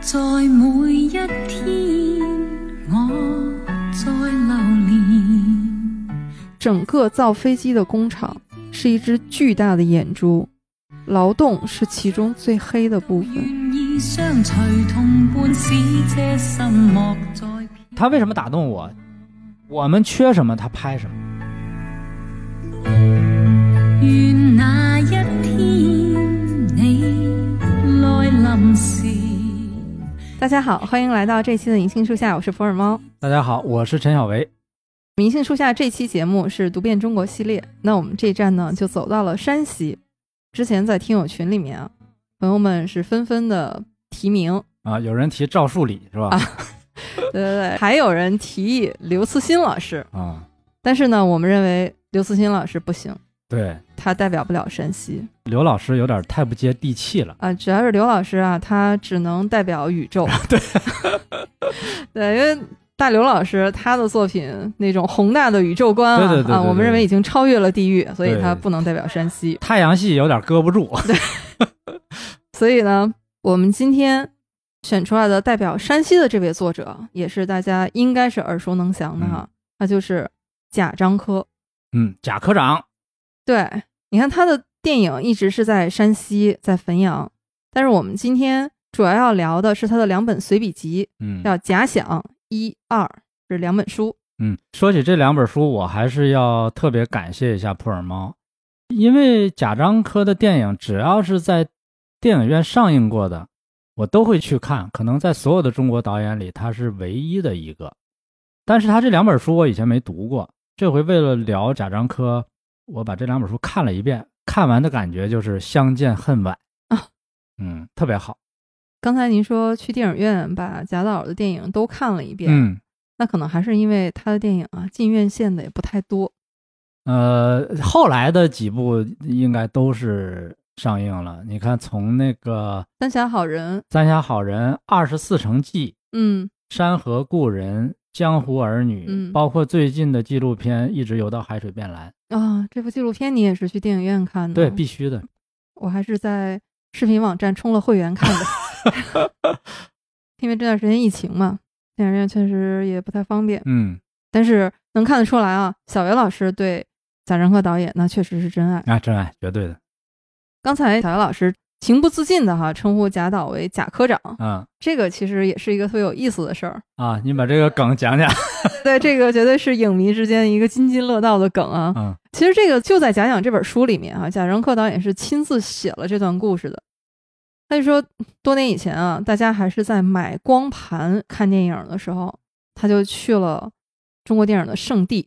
在每一天，我在流连。整个造飞机的工厂是一只巨大的眼珠，劳动是其中最黑的部分。愿意相随同伴，使这心莫再偏。他为什么打动我？我们缺什么，他拍什么。愿那一天你来临时，大家好，欢迎来到这期的银杏树下，我是福尔猫。大家好，我是陈小维。银杏树下这期节目是读遍中国系列，那我们这一站呢就走到了山西。之前在听友群里面啊，朋友们是纷纷的提名，啊，有人提赵树理是吧？对对对，还有人提议刘慈欣老师，啊，但是呢，我们认为刘慈欣老师不行，对，他代表不了山西刘老师有点太不接地气了。啊。只要是刘老师啊，他只能代表宇 宙。对，对，因为大刘老师他的作品那种宏大的宇宙观啊，对对对对啊，我们认为已经超越了地域，所以对他不能代表山西。太阳系有点搁不住，所以呢，我们今天选出来的代表山西的这位作者，也是大家应该是耳熟能详的哈，那就是贾樟柯。嗯，贾科长，对，你看他的电影一直是在山西，在汾阳，但是我们今天主要要聊的是他的两本随笔集，嗯叫《假想》一二，这两本书。嗯。说起这两本书，我还是要特别感谢一下普洱猫，因为贾樟柯的电影只要是在电影院上映过的，我都会去看。可能在所有的中国导演里，他是唯一的一个。但是他这两本书我以前没读过，这回为了聊贾樟柯，我把这两本书看了一遍。看完的感觉就是相见恨晚啊，嗯，特别好，刚才您说去电影院把贾导的电影都看了一遍，嗯。那可能还是因为他的电影啊进院线的也不太多。呃，后来的几部应该都是上映了。你看，从那个《三峡好人》， 《三峡好人》《二十四城记》嗯， 《山河故人》《江湖儿女》嗯包括最近的纪录片《一直游到海水变蓝》啊，这部纪录片你也是去电影院看的？对，必须的。我还是在视频网站充了会员看的， 因为这段时间疫情嘛，电影院确实也不太方便。嗯，但是能看得出来啊，小袁老师对贾樟柯导演那确实是真爱。啊，真爱，绝对的。刚才小袁老师情不自禁的哈称呼贾导为贾科长，嗯这个其实也是一个特别有意思的事儿。啊，你把这个梗讲讲。对，这个绝对是影迷之间一个津津乐道的梗啊。嗯其实这个就在《假想》这本书里面啊，贾樟柯导演是亲自写了这段故事的。他就说，多年以前啊，大家还是在买光盘看电影的时候，他就去了中国电影的圣地，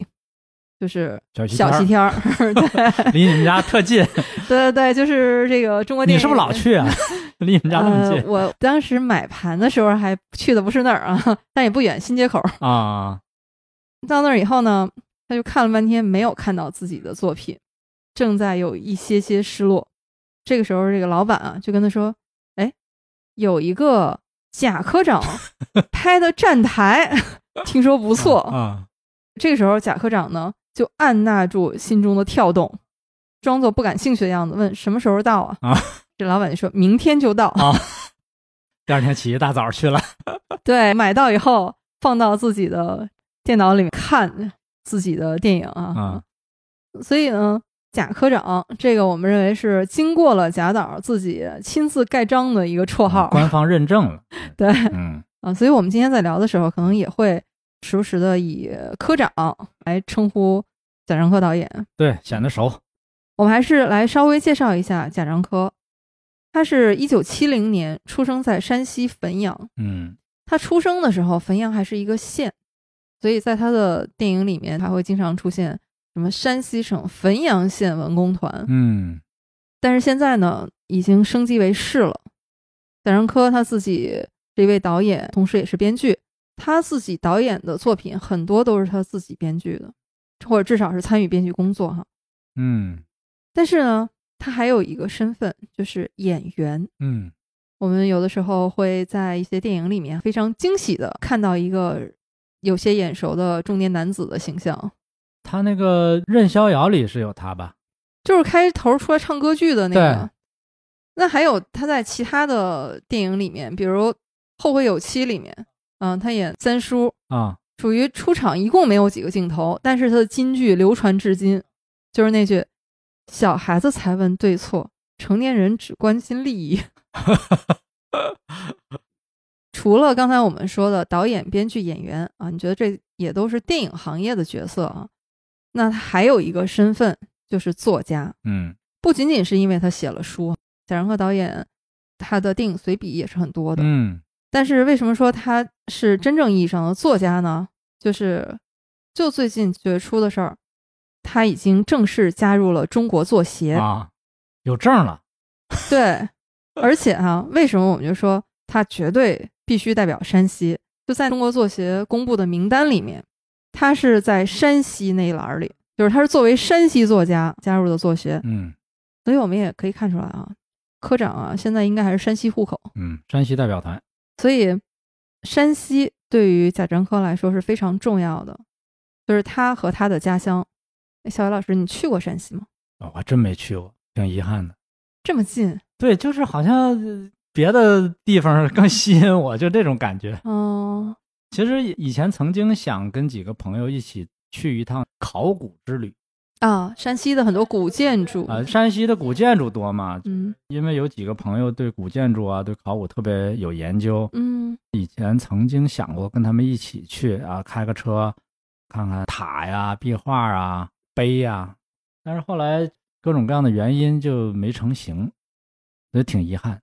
就是小西小西天天儿。 儿离你们家特近，对对对，就是这个中国电你影。是不是老？去啊？离你们家那么呃，近我当时买盘的时候还去的不是那儿啊， 但也不远，新街口。啊？到那儿以后呢，他就看了半天，没有看到自己的作品，正在有一些些失落。这个时候，这个老板啊就跟他说：“哎，有一个贾科 长拍的站台， 听说不不错。啊这个时候，贾科长呢就按捺住心中的跳动，装作不感兴趣的样子，问：“什么时候到啊？”啊这老板就说：“明天就到。啊！第二天起一大早去了。对，买到以后放到自己的电脑里面看自己的电影啊。啊所以呢，贾科长这个我们认为是经过了贾导自己亲自盖章的一个绰号，官方认证了。对嗯，啊，所以我们今天在聊的时候，可能也会时不时的以科长来称呼贾樟柯导演。对，显得熟。我们还是来稍微介绍一下贾樟柯，他是一九七零年出生在山西汾阳，嗯他出生的时候汾阳还是一个县，所以在他的电影里面，他会经常出现什么山西省汾阳县文工团，嗯但是现在呢，已经升级为市了。贾樟柯他自己这位导演，同时也是编剧，他自己导演的作品很多都是他自己编剧的，或者至少是参与编剧工作哈。嗯但是呢，他还有一个身份就是演员。嗯我们有的时候会在一些电影里面非常惊喜的看到一个有些眼熟的中年男子的形象，他那个《任逍遥》里是有他吧？就是开头出来唱歌剧的那对个。那还有他在其他的电影里面，比如后会有期》里面，嗯、他演三叔，啊，属于出场一共没有几个镜头，但是他的金句流传至今，就是那句“小孩子才问对错，成年人只关心利益” 。除了刚才我们说的导演、编剧、演员啊，你觉得这也都是电影行业的角色啊？那他还有一个身份就是作家，嗯不仅仅是因为他写了书，贾樟柯导演他的电影随笔也是很多的。嗯但是为什么说他是真正意义上的作家呢？就是就最近九月初的事儿，他已经正式加入了中国作协。啊，有证了，对，而且啊，为什么我们就说他绝对必须代表山西？就在中国作协公布的名单里面，他是在山西那一栏儿里，就是他是作为山西作家加入的作协。嗯所以我们也可以看出来啊，科长啊，现在应该还是山西户口，嗯，山西代表团，所以山西对于贾樟柯来说是非常重要的，就是他和他的家乡。哎小伟老师，你去过山西吗？哦我还真没去过，挺遗憾的。这么近，对，就是好像呃别的地方更吸引我，就这种感觉。嗯，其实以以前曾经想跟几个朋友一起去一趟考古之旅啊，山西的很多古建筑，啊、山西的古建筑多嘛，嗯因为有几个朋友对古建筑啊、对考古特别有研究，嗯以前曾经想过跟他们一起去啊，开个车看看塔呀、壁画啊、碑呀，但是后来各种各样的原因就没成行，所以挺遗憾。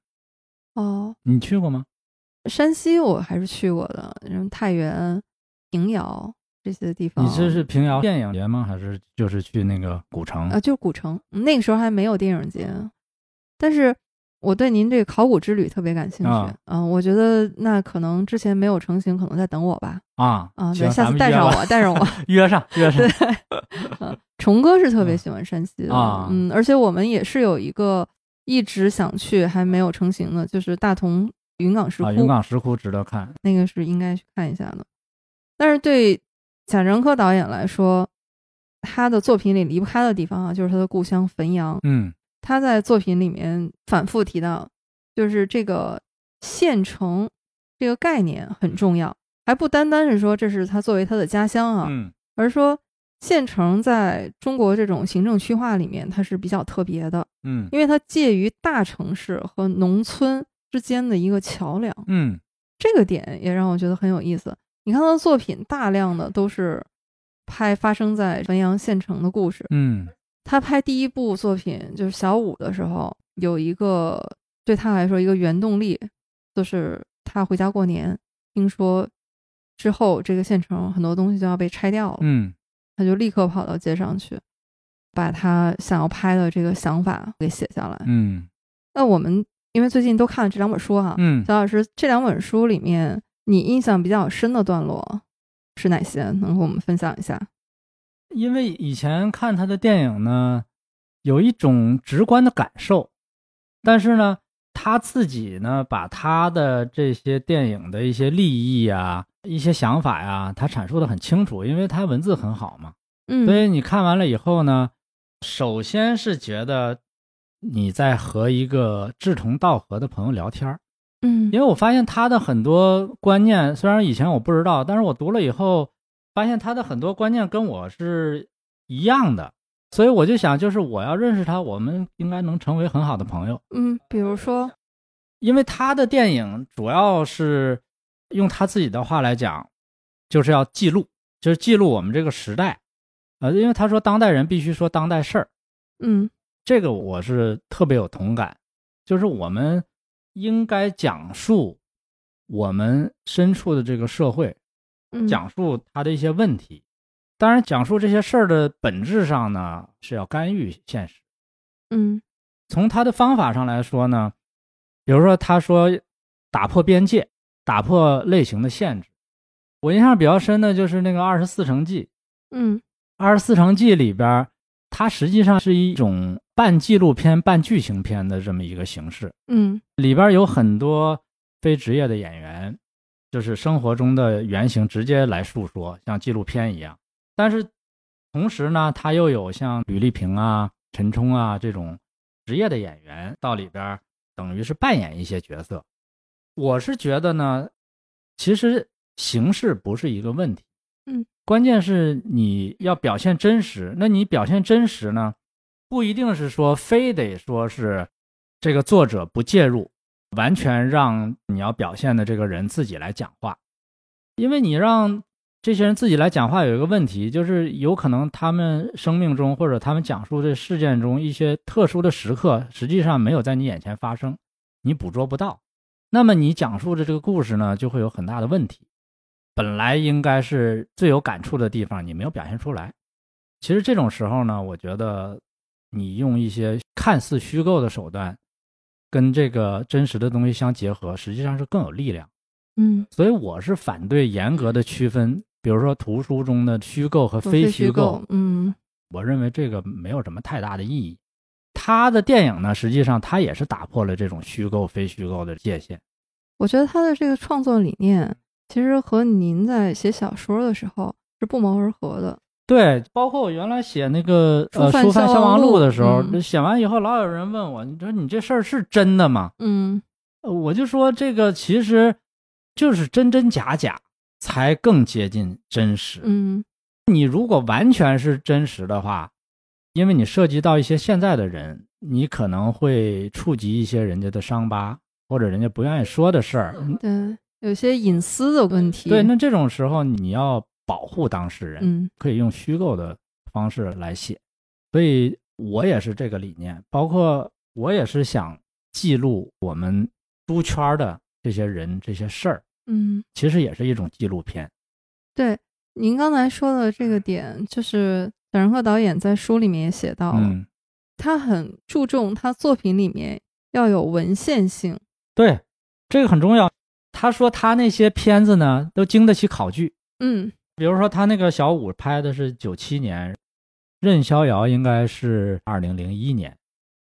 哦，你去过吗？山西我还是去过的，什么太原、平遥这些地方。你这是平遥电影节吗？还是就是去那个古城？啊，就是古城。那个时候还没有电影节，但是我对您这个考古之旅特别感兴趣。啊嗯、我觉得那可能之前没有成型，可能在等我吧。啊啊，行对，下咱次们带约上吧我，带上 我。约上，约上对。嗯，虫哥是特别喜欢山西的啊嗯，而且我们也是有一个一直想去还没有成型的，就是大同云冈石窟。啊，云冈石窟值得看。那个是应该去看一下的。但是对贾樟柯导演来说，他的作品里离不开的地方啊，就是他的故乡汾阳。嗯他在作品里面反复提到，就是这个县城这个概念很重要，还不单单是说这是他作为他的家乡啊，嗯而是说县城在中国这种行政区划里面，它是比较特别的，嗯因为它介于大城市和农村之间的一个桥梁。嗯这个点也让我觉得很有意思。你看他的作品，大量的都是拍发生在汾阳县城的故事。嗯他拍第一部作品就是小五的时候，有一个对他来说一个原动力，就是他回家过年，听说之后这个县城很多东西就要被拆掉了，嗯他就立刻跑到街上去，把他想要拍的这个想法给写下来。嗯那我们因为最近都看了这两本书哈、嗯，小老师，这两本书里面，你印象比较深的段落是哪些？能和我们分享一下？因为以前看他的电影呢，有一种直观的感受，但是呢，他自己呢，把他的这些电影的一些利益啊、一些想法呀、他阐述的很清楚，因为他文字很好嘛。嗯，所以你看完了以后呢，首先是觉得你在和一个志同道合的朋友聊天儿，嗯，因为我发现他的很多观念，虽然以前我不知道，但是我读了以后，发现他的很多观念跟我是一样的，所以我就想，就是我要认识他，我们应该能成为很好的朋友。嗯，比如说，因为他的电影主要是用他自己的话来讲，就是要记录，就是记录我们这个时代，呃，因为他说当代人必须说当代事儿，嗯这个我是特别有同感，就是我们应该讲述我们身处的这个社会，嗯，讲述它的一些问题。当然，讲述这些事儿的本质上呢，是要干预现实。嗯从他的方法上来说呢，比如说他说打破边界，打破类型的限制。我印象比较深的就是那个《二十四城记》，嗯《二十四城记》里边儿，它实际上是一种半纪录片、半剧情片的这么一个形式。嗯里边儿有很多非职业的演员，就是生活中的原型直接来述说，像纪录片一样。但是同时呢，它又有像吕丽萍啊、陈冲啊这种职业的演员到里边儿，等于是扮演一些角色。我是觉得呢，其实形式不是一个问题，嗯，关键是你要表现真实。那你表现真实呢，不一定是说非得说是这个作者不介入，完全让你要表现的这个人自己来讲话，因为你让这些人自己来讲话有一个问题，就是有可能他们生命中或者他们讲述这事件中一些特殊的时刻，实际上没有在你眼前发生，你捕捉不到。那么你讲述的这个故事呢，就会有很大的问题。本来应该是最有感触的地方，你没有表现出来。其实这种时候呢，我觉得你用一些看似虚构的手段，跟这个真实的东西相结合，实际上是更有力量。嗯，所以我是反对严格的区分，比如说图书中的虚构和不非是虚构，嗯我认为这个没有什么太大的意义。他的电影呢，实际上他也是打破了这种虚构非虚构的界限。我觉得他的这个创作理念，其实和您在写小说的时候是不谋而合的。对，包括我原来写那个呃书《贩书贩消消亡亡录录》的时候，嗯写完以后老有人问我，你说你这事儿是真的吗？嗯呃我就说这个其实就是真真假假才更接近真实。嗯你如果完全是真实的话，因为你涉及到一些现在的人，你可能会触及一些人家的伤疤，或者人家不愿意说的事儿。对，有些隐私的问题。对，那这种时候你要保护当事人，嗯可以用虚构的方式来写。所以我也是这个理念，包括我也是想记录我们书圈儿的这些人、这些事儿，嗯，其实也是一种纪录片。对，您刚才说的这个点，就是贾樟柯导演在书里面也写到了，嗯，他很注重他作品里面要有文献性。对，这个很重要。他说他那些片子呢，都经得起考据。嗯比如说他那个小五拍的是九七年，任逍遥应该是二零零一年。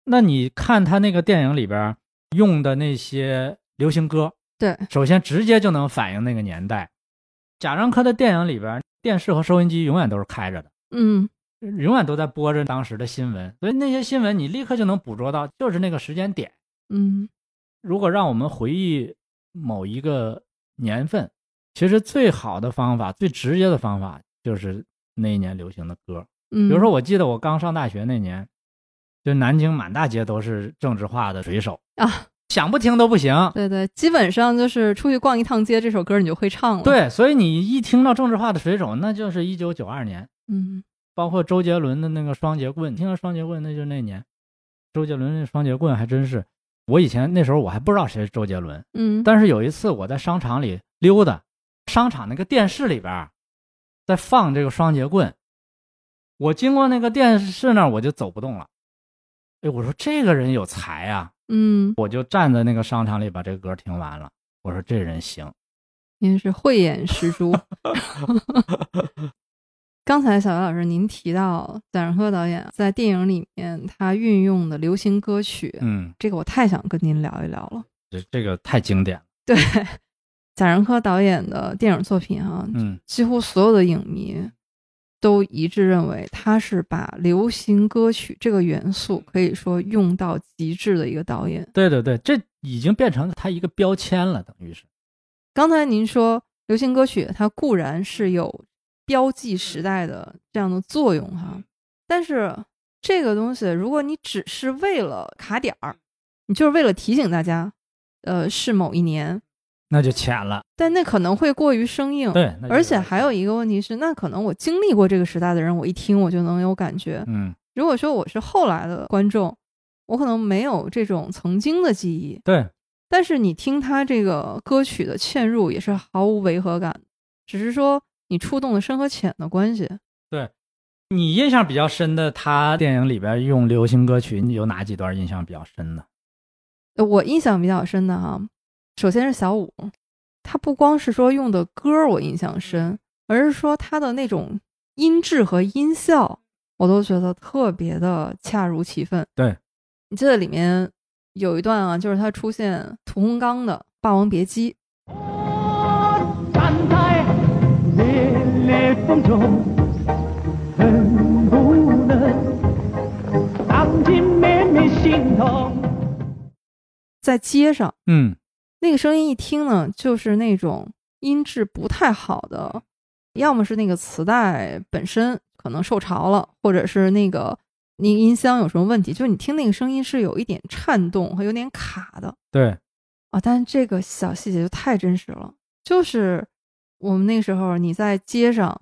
那你看他那个电影里边用的那些流行歌，对，首先直接就能反映那个年代。贾樟柯的电影里边，电视和收音机永远都是开着的，嗯永远都在播着当时的新闻，所以那些新闻你立刻就能捕捉到，就是那个时间点。嗯如果让我们回忆某一个年份，其实最好的方法、最直接的方法就是那一年流行的歌。嗯，比如说，我记得我刚上大学那年，就南京满大街都是政治化的水手啊， 想不听都不行。对对，基本上就是出去逛一趟街，这首歌你就会唱了。，对，所以你一听到政治化的水手，那就是一九九二年，嗯包括周杰伦的那个双截棍，听了双截棍那就是那年。周杰伦那双截棍还真是，我以前那时候我还不知道谁是周杰伦，嗯，但是有一次我在商场里溜达，商场那个电视里边儿在放这个双节棍，我经过那个电视那儿我就走不动了。哎，我说这个人有才啊！嗯，我就站在那个商场里把这个歌听完了。我说这人行，您是慧眼识珠。 刚才小白老师您提到贾樟柯导演在电影里面他运用的流行歌曲，嗯，这个我太想跟您聊一聊了。 这这个太经典了，对，贾樟柯导演的电影作品啊，嗯，几乎所有的影迷都一致认为他是把流行歌曲这个元素可以说用到极致的一个导演。对对对，这已经变成他一个标签了，等于是，刚才您说流行歌曲它固然是有标记时嗯代的这样的作用哈，但是这个东西如果你只是为了卡点儿，你就是为了提醒大家，呃，是某一年，那就浅了，但那可能会过于生硬。对，那就而且还有浅了，一个问题是，那可能我经历过这个时代的人，我一听我就能有感觉。嗯，如果说我是后来的观众，我可能没有这种曾经的记忆，对，但是你听他这个歌曲的嵌入也是毫无违和感，只是说你触动的深和浅的关系。你印象比较深的，他电影里边用流行歌曲，你有哪几段印象比较深的？呃我印象比较深的哈、首先是小五，他不光是说用的歌儿我印象深，而是说他的那种音质和音效，我都觉得特别的恰如其分。对，你记得里面有一段啊，就是他出现屠洪刚的《霸王别姬》，站在烈烈风中，恨不能荡进妹妹心痛。在街上嗯，那个声音一听呢，就是那种音质不太好的，要么是那个磁带本身可能受潮了，或者是那个那个音箱有什么问题，就是你听那个声音是有一点颤动和有点卡的对，啊。但是这个小细节就太真实了，就是我们那时候你在街上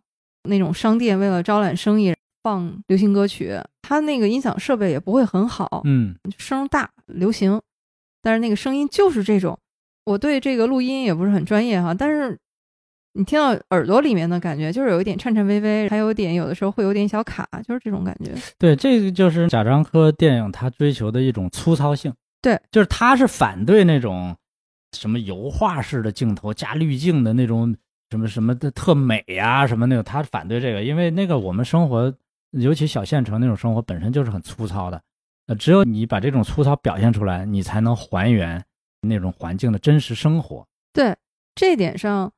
那种商店为了招揽生意放流行歌曲，它那个音响设备也不会很好，嗯，声儿大流行，但是那个声音就是这种。我对这个录音也不是很专业哈，但是你听到耳朵里面的感觉就是有一点颤颤巍巍，还有点有的时候会有点小卡，就是这种感觉。对，这个就是贾樟柯电影他追求的一种粗糙性。对，就是他是反对那种什么油画式的镜头加滤镜的那种什么什么的特美呀、什么那种，他反对这个，因为那个我们生活，尤其小县城那种生活本身就是很粗糙的，呃，只有你把这种粗糙表现出来，你才能还原那种环境的真实生活。对这一点上，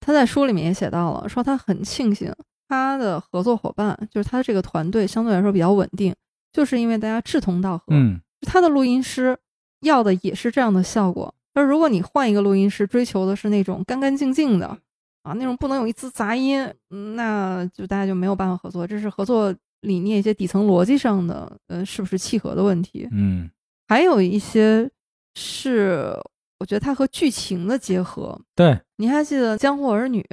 他在书里面也写到了，说他很庆幸他的合作伙伴，就是他这个团队相对来说比较稳定，就是因为大家志同道合。嗯，他的录音师要的也是这样的效果。但是如果你换一个录音师，追求的是那种干干净净的啊，那种不能有一丝杂音，嗯那就大家就没有办法合作。这是合作理念一些底层逻辑上的，呃，是不是契合的问题。嗯，还有一些是我觉得它和剧情的结合。对你还记得《江湖儿女》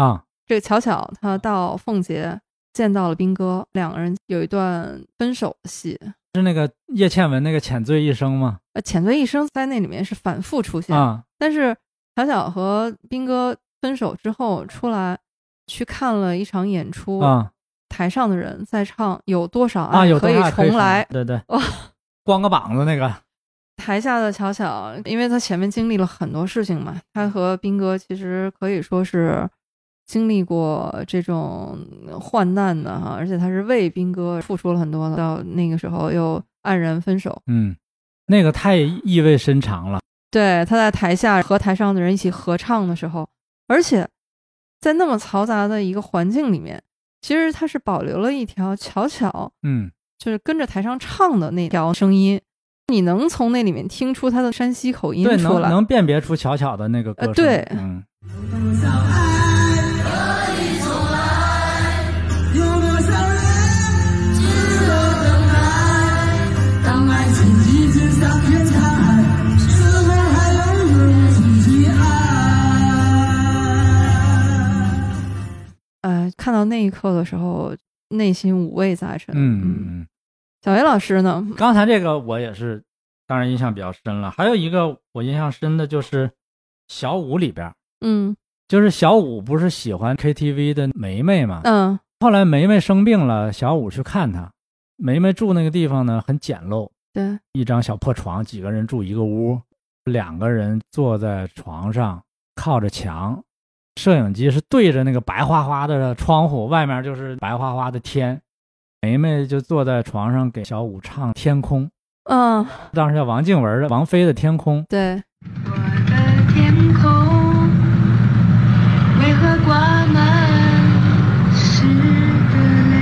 啊，这个巧巧她到凤姐见到了斌哥，两个人有一段分手的戏。是那个叶倩文那个浅醉一生吗？呃，浅醉一生在那里面是反复出现，啊，但是小小和斌哥分手之后出来去看了一场演出，啊台上的人在唱“有多少啊，爱有可多大重来对对哇，光个膀子那个，”，台下的小小，因为他前面经历了很多事情嘛，他和斌哥其实可以说是经历过这种患难的哈，而且他是为斌哥付出了很多的，到那个时候又黯然分手。嗯，那个太意味深长了。对，他在台下和台上的人一起合唱的时候，而且在那么嘈杂的一个环境里面，其实他是保留了一条巧巧嗯，就是跟着台上唱的那条声音，你能从那里面听出他的山西口音对，出能来。能辨别出巧巧的那个歌声。呃对嗯，当爱情已经上天台，是否还能用自己爱？呃，看到那一刻的时候，内心五味杂陈。嗯嗯小维老师呢？嗯，刚才这个我也是，当然印象比较深了。还有一个我印象深的就是小五里边儿，嗯就是小五不是喜欢 KTV 的梅梅嘛？嗯后来梅梅生病了，小五去看她。梅梅住那个地方呢很简陋，对，一张小破床，几个人住一个屋，两个人坐在床上靠着墙，摄影机是对着那个白花花的窗户，外面就是白花花的天。梅梅就坐在床上给小五唱《天空》，嗯当时叫王静文的王菲的《天空》。对，我的天空为何挂满湿的泪？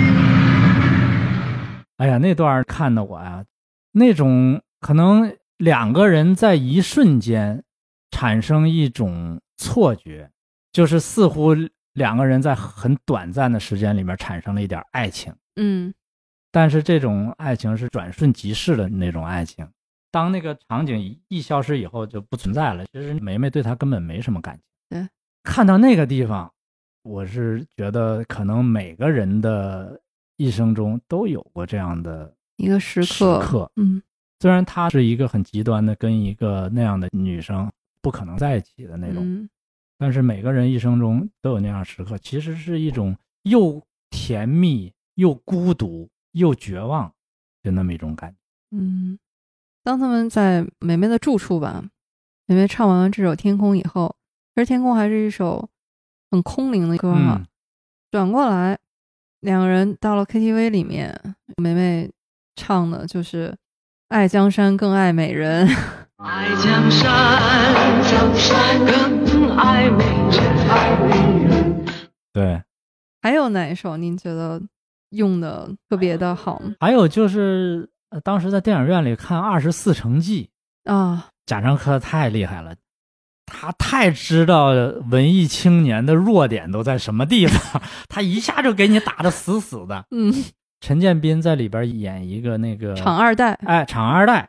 哎呀，那段儿看的我呀，那种可能两个人在一瞬间产生一种错觉，就是似乎两个人在很短暂的时间里面产生了一点爱情，嗯但是这种爱情是转瞬即逝的那种爱情。当那个场景一消失以后就不存在了，其实梅梅对他根本没什么感情。对，看到那个地方，我是觉得可能每个人的一生中都有过这样的一个时时刻，刻嗯虽然他是一个很极端的，跟一个那样的女生不可能在一起的那种，嗯但是每个人一生中都有那样时刻，其实是一种又甜蜜又孤独又绝望的那么一种感觉。嗯，当他们在梅梅的住处吧，梅梅唱完了这首《天空》以后，其实《天空》还是一首很空灵的歌哈、嗯转过来，两个人到了 KTV 里面，梅梅唱的就是“爱江山更爱美人 爱江山，江山更爱美人，爱美人。对，”，还有哪一首您觉得用的特别的好吗还有就是、呃当时在电影院里看《二十四城记》，啊？贾樟柯太厉害了，他太知道文艺青年的弱点都在什么地方， 他一下就给你打的死死的。嗯，陈建斌在里边演一个那个厂二代，哎厂二代，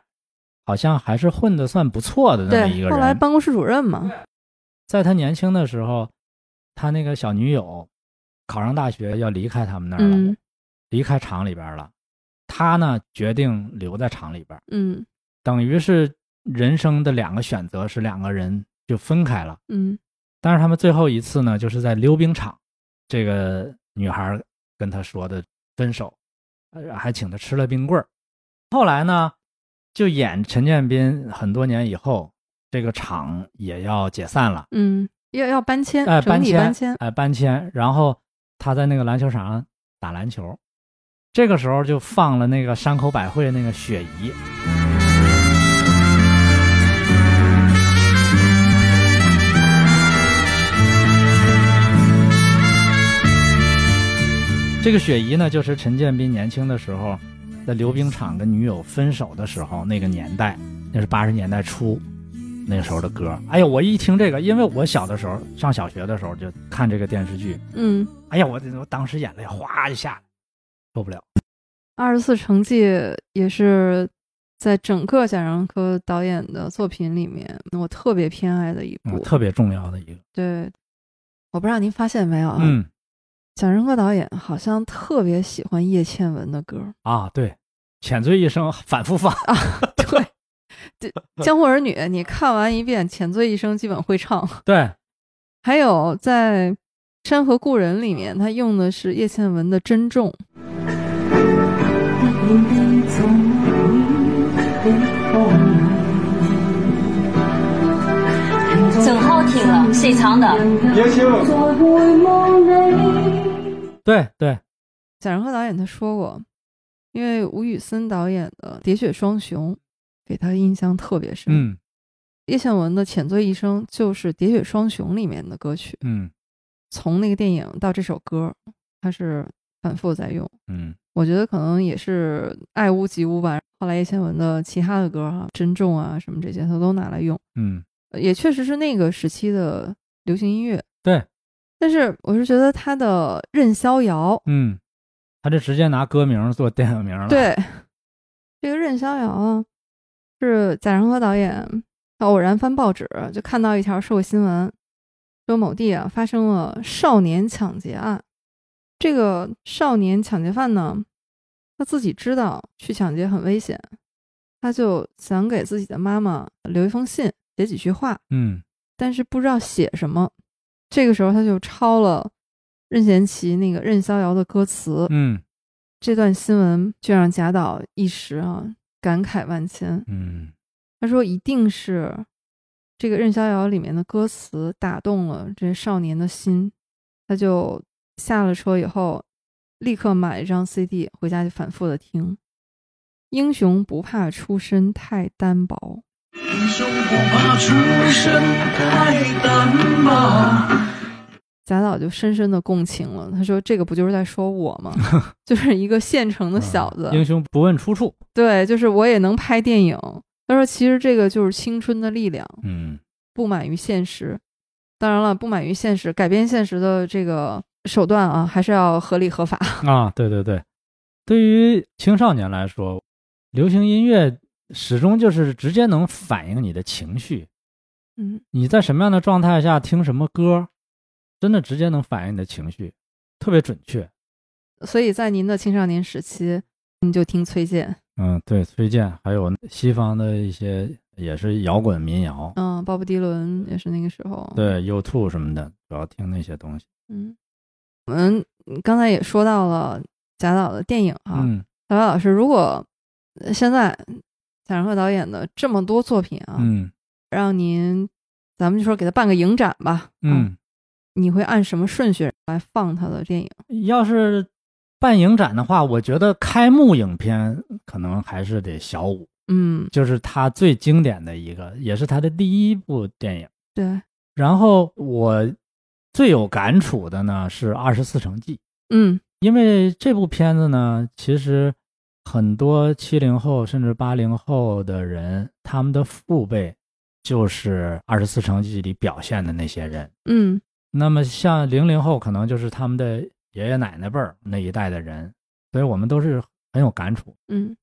好像还是混的算不错的那么一对，个后来人。办公室主任嘛，在他年轻的时候，他那个小女友考上大学要离开他们那儿了，嗯离开厂里边了。他呢决定留在厂里边，嗯等于是人生的两个选择，是两个人就分开了。嗯但是他们最后一次呢，就是在溜冰场，这个女孩跟他说的分手，呃还请他吃了冰棍儿。后来呢，就演陈建斌很多年以后，这个厂也要解散了，嗯，要要搬迁，哎、整搬体迁，搬迁，哎、搬迁。然后他在那个篮球场上打篮球，这个时候就放了那个山口百惠那个《雪姨》。这个雪姨呢，就是陈建斌年轻的时候，在溜冰场跟女友分手的时候那个年代，那是八十年代初，那个时候的歌。哎呀，我一听这个，因为我小的时候上小学的时候就看这个电视剧，嗯，哎呀，我我当时眼泪哗就下来，受不了。二十四城记也是在整个贾樟柯导演的作品里面，我特别偏爱的一嗯，部。特别重要的一个，对，我不知道您发现没有啊？嗯贾樟柯导演好像特别喜欢叶倩文的 歌啊，对，浅醉一生反复放，啊。对，这《江湖儿女》，你看完一遍，《浅醉一生》基本会唱。对，还有在《山河故人》里面，他用的是叶倩文的《珍重》。整好听了，谁唱的？对对，贾樟柯导演他说过，因为吴宇森导演的《喋血双雄》给他印象特别深。嗯叶倩文的《浅醉一生》就是《喋血双雄》里面的歌曲，嗯从那个电影到这首歌，他是反复在用。嗯，我觉得可能也是爱屋及乌吧。后来叶倩文的其他的歌哈、珍重》啊什么这些，他都拿来用，嗯呃也确实是那个时期的流行音乐。对，但是我是觉得他的《任逍遥》嗯，他这直接拿歌名做电影名了，，对，这个任逍遥啊，是贾樟柯导演他偶然翻报纸就看到一条社会新闻，说某地啊发生了少年抢劫案。这个少年抢劫犯呢，他自己知道去抢劫很危险，他就想给自己的妈妈留一封信，写几句话，嗯但是不知道写什么。这个时候他就抄了任贤齐那个《任逍遥》的歌词，嗯这段新闻就让贾导一时啊感慨万千。嗯他说：“一定是这个《任逍遥》里面的歌词打动了这少年的心。”他就下了车以后，立刻买一张 CD 回家就反复的听。英雄不怕出身太单薄，英雄不怕出身太单薄。贾导就深深的共情了。他说：“这个不就是在说我 吗？就是一个县城的小子，嗯英雄不问出处，对，就是我也能拍电影。”他说：“其实这个就是青春的力量。”嗯不满于现实。当然了，不满于现实，改变现实的这个手段啊，还是要合理合法。 啊，对对对，对于青少年来说，流行音乐始终就是直接能反映你的情绪，嗯，你在什么样的状态下听什么歌，真的直接能反映你的情绪，特别准确。所以在您的青少年时期，你就听崔健，嗯，对，崔健，还有西方的一些也是摇滚民谣，嗯，鲍勃迪伦也是那个时候。，对 U t 什么的，主要听那些东西。嗯，我们刚才也说到了贾导的电影啊，嗯小白老师，如果呃现在贾樟柯导演的这么多作品啊，嗯让您，咱们就说给他办个影展吧，啊，嗯，你会按什么顺序来放他的电影？要是办影展的话，我觉得开幕影片可能还是得小五，嗯，就是他最经典的一个，也是他的第一部电影。对，然后我最有感触的呢是《二十四城记》。嗯因为这部片子呢，其实很多七零后甚至八零后的人，他们的父辈就是《二十四城记》里表现的那些人。嗯那么像零零后，可能就是他们的爷爷奶奶辈儿那一代的人，所以我们都是很有感触。嗯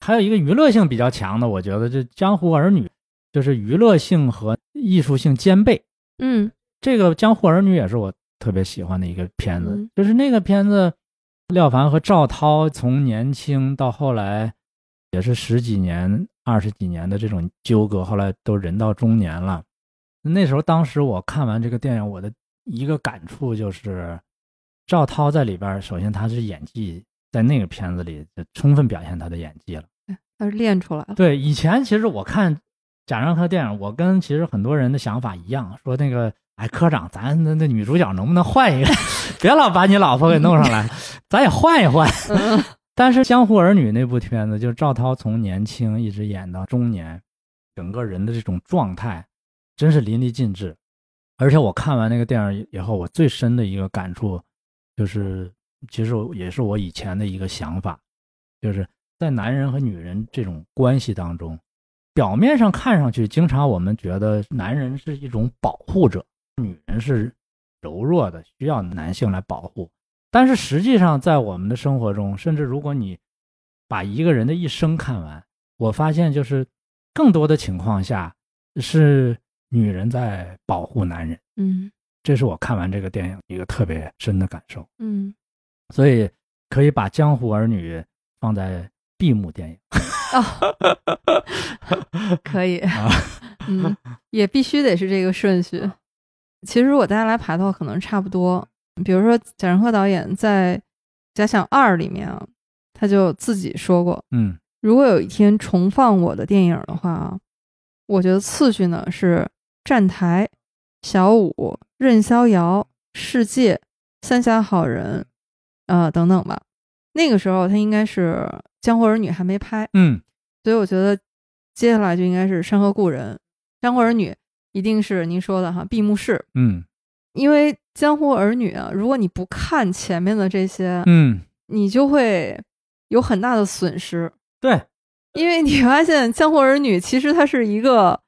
还有一个娱乐性比较强的，我觉得就《江湖儿女》，就是娱乐性和艺术性兼备。嗯这个《江湖儿女》也是我特别喜欢的一个片子，嗯就是那个片子，廖凡和赵涛从年轻到后来，也是十几年、二十几年的这种纠葛，后来都人到中年了。那时候，当时我看完这个电影，我的一个感触就是，赵涛在里边儿，首先他是演技在那个片子里就充分表现他的演技了。他是练出来了。对，以前其实我看贾樟柯电影，我跟其实很多人的想法一样，说那个哎，科长，咱那那女主角能不能换一个？ 别老把你老婆给弄上来，咱也换一换。嗯 但是《江湖儿女》那部片子，就是赵涛从年轻一直演到中年，整个人的这种状态真是淋漓尽致。而且我看完那个电影以后，我最深的一个感触就是，其实我也是我以前的一个想法，就是在男人和女人这种关系当中，表面上看上去，经常我们觉得男人是一种保护者，女人是柔弱的，需要男性来保护。但是实际上，在我们的生活中，甚至如果你把一个人的一生看完，我发现就是更多的情况下是女人在保护男人，嗯这是我看完这个电影一个特别深的感受。嗯所以可以把《江湖儿女》放在闭幕电影。哦 可以，嗯，也必须得是这个顺序。其实我大家来排到可能差不多，比如说贾樟柯导演在《假想二》里面啊，他就自己说过，嗯如果有一天重放我的电影的话啊，我觉得次序呢是《站台》、《小五》、《任逍遥》、《世界》、《三峡好人》呃等等吧。那个时候他应该是《江湖儿女》还没拍，嗯，所以我觉得接下来就应该是《山河故人》《江湖儿女》，一定是您说的哈闭幕式，嗯因为《江湖儿女》啊，如果你不看前面的这些，嗯，你就会有很大的损失，对， 因为你发现《江湖儿女》其实它是一个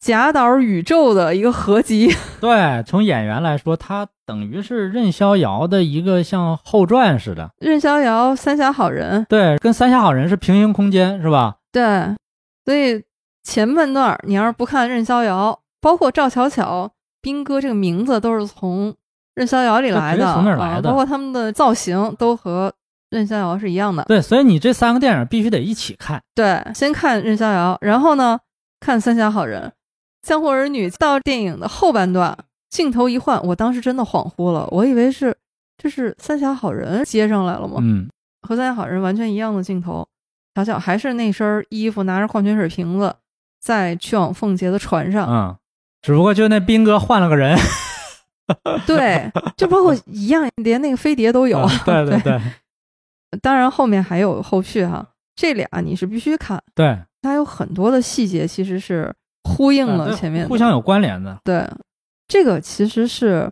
贾导宇宙的一个合集，对，从演员来说，他等于是任逍遥的一个像后传似的。任逍遥、三峡好人，对，跟《三峡好人》是平行空间，是吧？对，所以前半段儿你要是不看任逍遥，包括赵巧巧、斌哥这个名字都是从任逍遥里对来直的，接从那儿来啊的包括他们的造型都和任逍遥是一样的。对，所以你这三个电影必须得一起看。对，先看任逍遥，然后呢看《三峡好人》《江湖儿女》。到电影的后半段，镜头一换，我当时真的恍惚了，我以为是这是《三峡好人》接上来了吗？嗯和三峡好人完全一样的镜头，小小还是那身衣服，拿着矿泉水瓶子，在去往奉节的船上。嗯，只不过就那斌哥换了个人。 对，就包括一样，连那个飞碟都有。啊嗯对对对对当然后面还有后续哈，这俩你是必须看，对，它有很多的细节其实是呼应嗯了对前面的、互相有关联的。对，这个其实是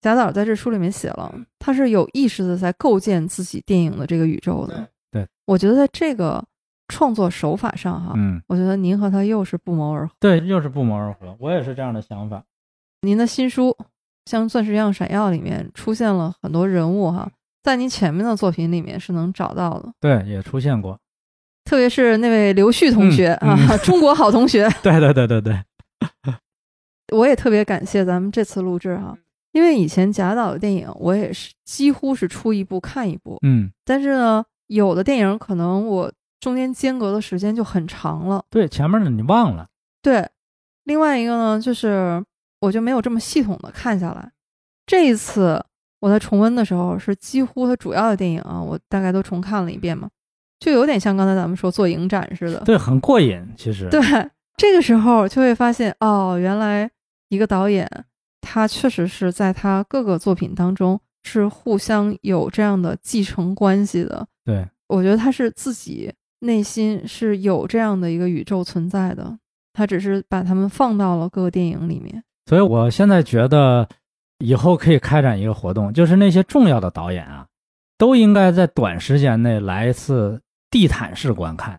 贾导在这书里面写了，嗯他是有意识的在构建自己电影的这个宇宙的。对对我觉得在这个创作手法上哈，嗯，我觉得您和他又是不谋而合。对，又是不谋而合。我也是这样的想法。您的新书《像钻石一样闪耀》里面出现了很多人物哈，在您前面的作品里面是能找到的，对，也出现过。特别是那位刘旭同学、嗯啊， 中国好同学，对对对对对，我也特别感谢咱们这次录制嗯哈，因为以前贾导的电影我也是几乎是出一部看一部，嗯，但是呢，有的电影可能我中间间隔的时间就很长了。对，前面的你忘了。对，另外一个呢，就是我就没有这么系统的看下来。这一次我在重温的时候，是几乎它主要的电影啊，我大概都重看了一遍嘛，就有点像刚才咱们说做影展似的。对，很过瘾，其实。对，这个时候就会发现，哦，原来一个导演他确实是在他各个作品当中是互相有这样的继承关系的。对，我觉得他是自己内心是有这样的一个宇宙存在的，他只是把他们放到了各个电影里面。所以我现在觉得，以后可以开展一个活动，就是那些重要的导演啊，都应该在短时间内来一次地毯式观看，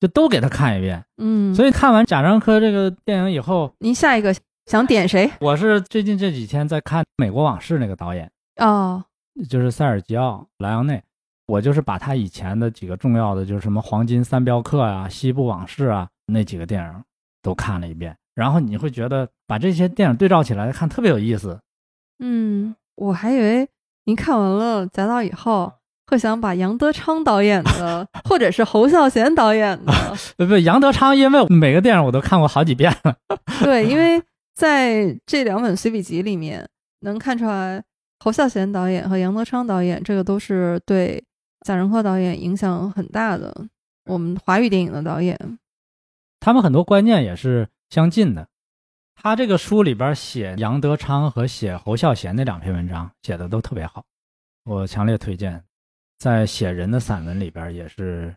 就都给他看一遍。嗯，所以看完贾樟柯这个电影以后，您下一个想点谁？我是最近这几天在看《美国往事》那个导演，哦，就是塞尔吉奥·莱昂内。我就是把他以前的几个重要的，就是什么《黄金三镖客》啊，《西部往事啊》那几个电影都看了一遍，然后你会觉得把这些电影对照起来看特别有意思。嗯，我还以为您看完了《贾岛》以后，会想把杨德昌导演的，或者是侯孝贤导演的，不不，杨德昌，因为每个电影我都看过好几遍了。对，因为在这两本随笔集里面，能看出来侯孝贤导演和杨德昌导演，这个都是对贾樟柯导演影响很大的，我们华语电影的导演。他们很多观念也是相近的。他这个书里边写杨德昌和写侯孝贤那两篇文章写的都特别好，我强烈推荐。在写人的散文里边也是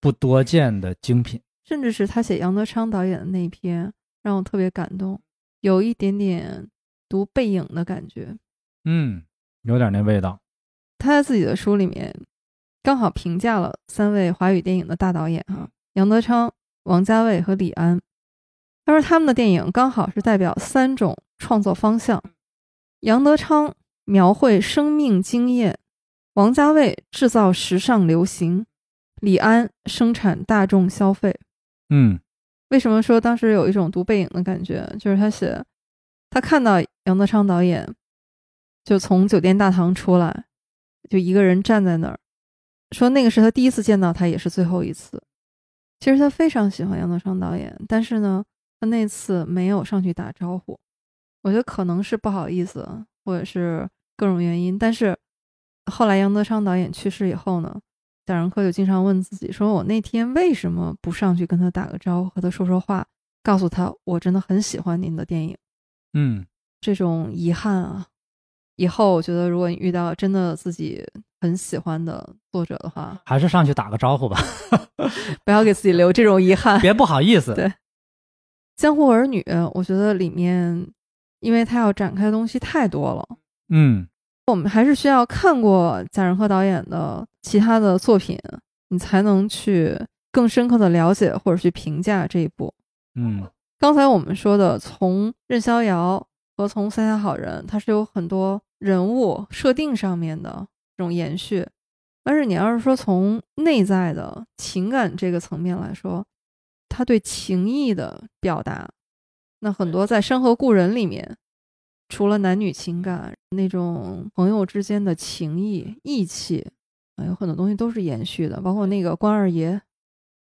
不多见的精品。甚至是他写杨德昌导演的那一篇，让我特别感动，有一点点读《背影》的感觉。嗯，有点那味道。他在自己的书里面刚好评价了三位华语电影的大导演啊，杨德昌、王家卫和李安。他说他们的电影刚好是代表三种创作方向：杨德昌描绘生命经验，王家卫制造时尚流行，李安生产大众消费。嗯，为什么说当时有一种读背影的感觉？就是他写，他看到杨德昌导演就从酒店大堂出来，就一个人站在那儿，说那个是他第一次见到他，也是最后一次。其实他非常喜欢杨德昌导演，但是呢，他那次没有上去打招呼，我觉得可能是不好意思，或者是各种原因。但是后来杨德昌导演去世以后呢，贾樟柯就经常问自己：说我那天为什么不上去跟他打个招呼，和他说说话，告诉他我真的很喜欢您的电影？嗯，这种遗憾啊，以后我觉得如果你遇到真的自己很喜欢的作者的话，还是上去打个招呼吧，不要给自己留这种遗憾。别不好意思。对江湖儿女，我觉得里面，因为他要展开的东西太多了，嗯，我们还是需要看过贾樟柯导演的其他的作品，你才能去更深刻的了解或者去评价这一部。嗯，刚才我们说的，从任逍遥和从三峡好人，它是有很多人物设定上面的这种延续。但是你要是说从内在的情感这个层面来说，他对情谊的表达，那很多在《山河故人》里面，除了男女情感那种朋友之间的情谊、义气，啊，有很多东西都是延续的，包括那个关二爷，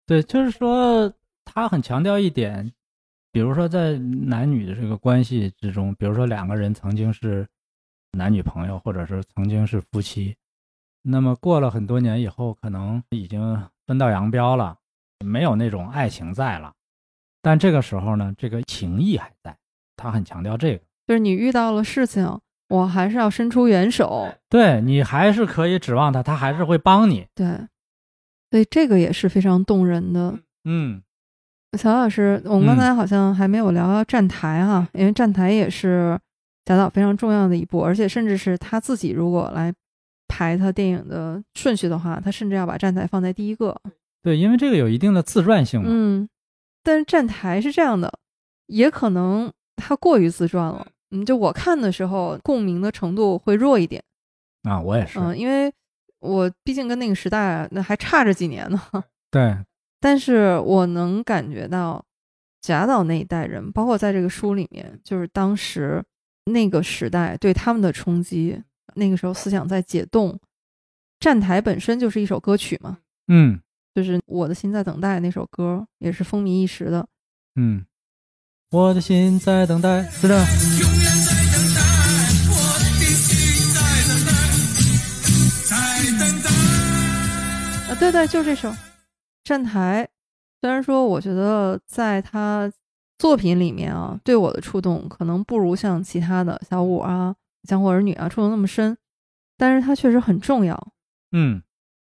对，就是说他很强调一点，比如说在男女的这个关系之中，比如说两个人曾经是男女朋友，或者是曾经是夫妻，那么过了很多年以后，可能已经分道扬镳了，没有那种爱情在了，但这个时候呢，这个情谊还在，他很强调这个。就是你遇到了事情，我还是要伸出援手。对你还是可以指望他，他还是会帮你。对，所以这个也是非常动人的。嗯小老师，我们刚才好像还没有聊到站台哈、嗯因为站台也是贾导非常重要的一部，而且甚至是他自己如果来排他电影的顺序的话，他甚至要把站台放在第一个。，对，因为这个有一定的自传性嘛。嗯，但是站台是这样的，也可能他过于自传了。嗯，就我看的时候，共鸣的程度会弱一点。啊，我也是。嗯，因为我毕竟跟那个时代那还差着几年呢，对，但是我能感觉到贾岛那一代人，包括在这个书里面，就是当时那个时代对他们的冲击，那个时候思想在解冻。站台本身就是一首歌曲嘛，嗯就是《我的心在等待》那首歌，也是风靡一时的。啊嗯，我的心在等待，是的，啊，对对，就是这首《站台》。虽然说，我觉得在他作品里面啊，对我的触动可能不如像其他的小五啊、江湖儿女啊触动那么深，但是它确实很重要。嗯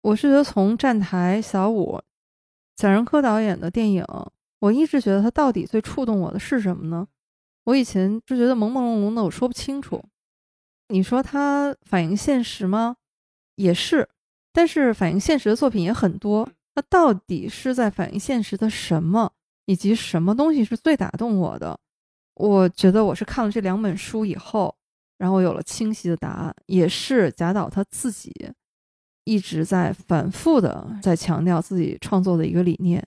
我是觉得从《站台》、小五、贾樟柯导演的电影，我一直觉得他到底最触动我的是什么呢？我以前就觉得朦朦胧胧的，我说不清楚。你说他反映现实吗？也是，但是反映现实的作品也很多，它到底是在反映现实的什么，以及什么东西是最打动我的？我觉得我是看了这两本书以后，然后有了清晰的答案，也是贾导他自己一直在反复的在强调自己创作的一个理念。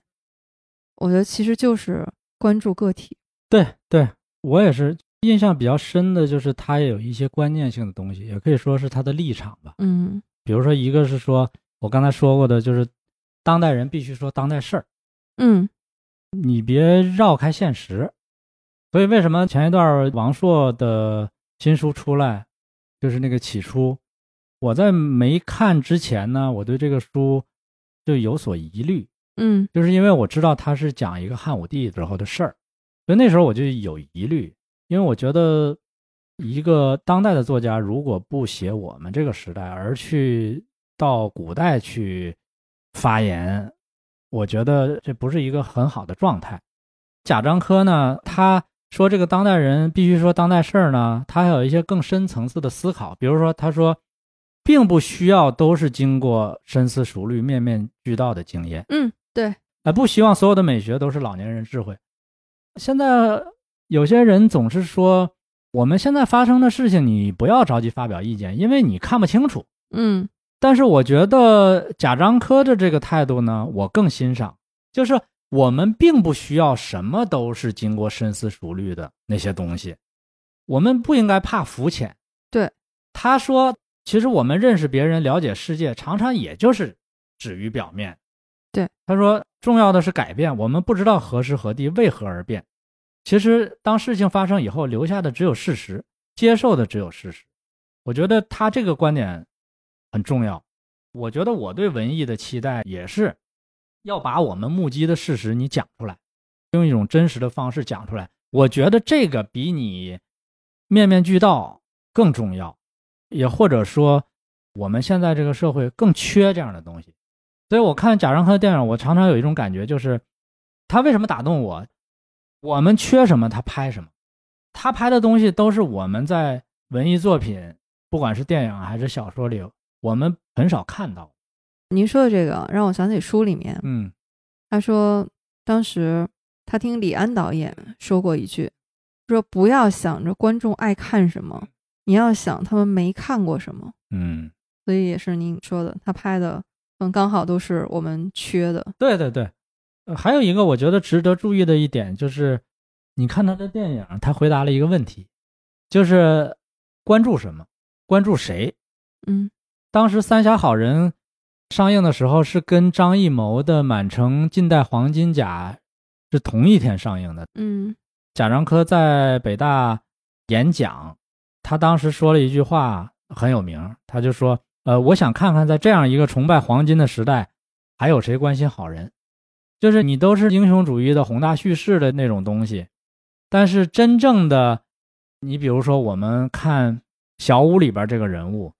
我觉得其实就是关注个体，对对，我也是印象比较深的，就是他也有一些观念性的东西，也可以说是他的立场吧。嗯比如说，一个是说我刚才说过的，就是当代人必须说当代事儿，嗯你别绕开现实。所以为什么前一段王朔的新书出来，就是那个起初，我在没看之前呢，我对这个书就有所疑虑，嗯就是因为我知道他是讲一个汉武帝之后的事儿，所以那时候我就有疑虑，因为我觉得一个当代的作家如果不写我们这个时代，而去到古代去发言，我觉得这不是一个很好的状态。贾樟柯呢，他说这个当代人必须说当代事儿呢，他还有一些更深层次的思考，比如说他说，并不需要都是经过深思熟虑、面面俱到的经验。嗯，对，啊，不希望所有的美学都是老年人智慧。现在有些人总是说，我们现在发生的事情，你不要着急发表意见，因为你看不清楚。嗯但是我觉得贾樟柯的这个态度呢，我更欣赏，就是我们并不需要什么都是经过深思熟虑的那些东西，我们不应该怕肤浅。对，他说，其实我们认识别人、了解世界，常常也就是止于表面。对，他说，重要的是改变，我们不知道何时何地为何而变。其实，当事情发生以后，留下的只有事实，接受的只有事实。我觉得他这个观点很重要。我觉得我对文艺的期待也是要把我们目击的事实你讲出来，用一种真实的方式讲出来。我觉得这个比你面面俱到更重要，也或者说我们现在这个社会更缺这样的东西。所以我看贾樟柯的电影，我常常有一种感觉，就是他为什么打动我？我们缺什么，他拍什么。他拍的东西都是我们在文艺作品，不管是电影啊还是小说里，我们很少看到。您说的这个让我想起书里面，嗯他说，当时他听李安导演说过一句，说不要想着观众爱看什么，你要想他们没看过什么。嗯，所以也是您说的，他拍的嗯刚好都是我们缺的。对对对、呃还有一个我觉得值得注意的一点就是，你看他的电影，他回答了一个问题，就是关注什么，关注谁。嗯当时《三峡好人》上映的时候是跟张艺谋的《满城尽带黄金甲》是同一天上映的，嗯贾樟柯在北大演讲，他当时说了一句话很有名，他就说：“呃，我想看看在这样一个崇拜黄金的时代，还有谁关心好人？就是你都是英雄主义的宏大叙事的那种东西，但是真正的，你比如说我们看小五里边这个人物，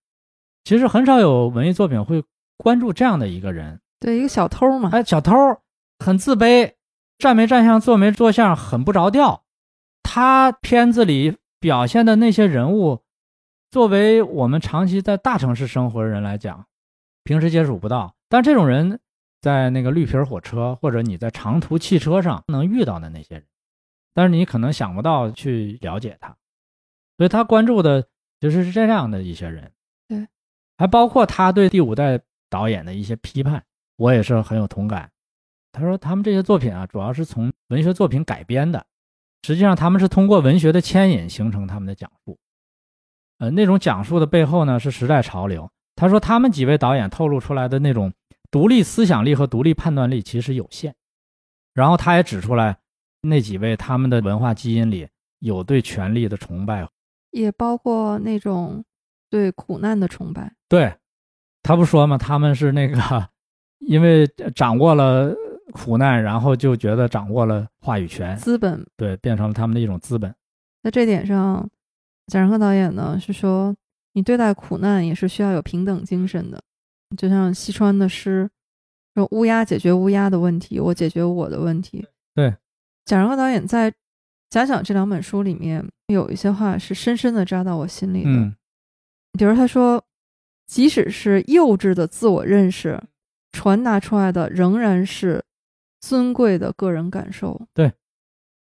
其实很少有文艺作品会关注这样的一个人，对，一个小偷嘛。哎，小偷很自卑，站没站相，坐没坐相，很不着调。他片子里表现的那些人物，作为我们长期在大城市生活的人来讲，平时接触不到。但这种人，在那个绿皮儿火车或者你在长途汽车上能遇到的那些人，但是你可能想不到去了解他，所以他关注的其实是这样的一些人。对，还包括他对第五代导演的一些批判。我也是很有同感。他说他们这些作品啊，主要是从文学作品改编的，实际上他们是通过文学的牵引形成他们的讲述。呃，那种讲述的背后呢是时代潮流。他说他们几位导演透露出来的那种独立思想力和独立判断力其实有限。然后他也指出来，那几位他们的文化基因里有对权力的崇拜也包括那种对苦难的崇拜。对，他不说嘛，他们是那个，因为掌握了苦难，然后就觉得掌握了话语权，资本对，变成了他们的一种资本。在这点上，贾樟柯导演呢是说，你对待苦难也是需要有平等精神的。就像西川的诗说：“乌鸦解决乌鸦的问题，我解决我的问题。”对，贾樟柯导演在《假想》这两本书里面有一些话是深深的扎到我心里的。嗯比如他说，即使是幼稚的自我认识，传达出来的仍然是尊贵的个人感受。对，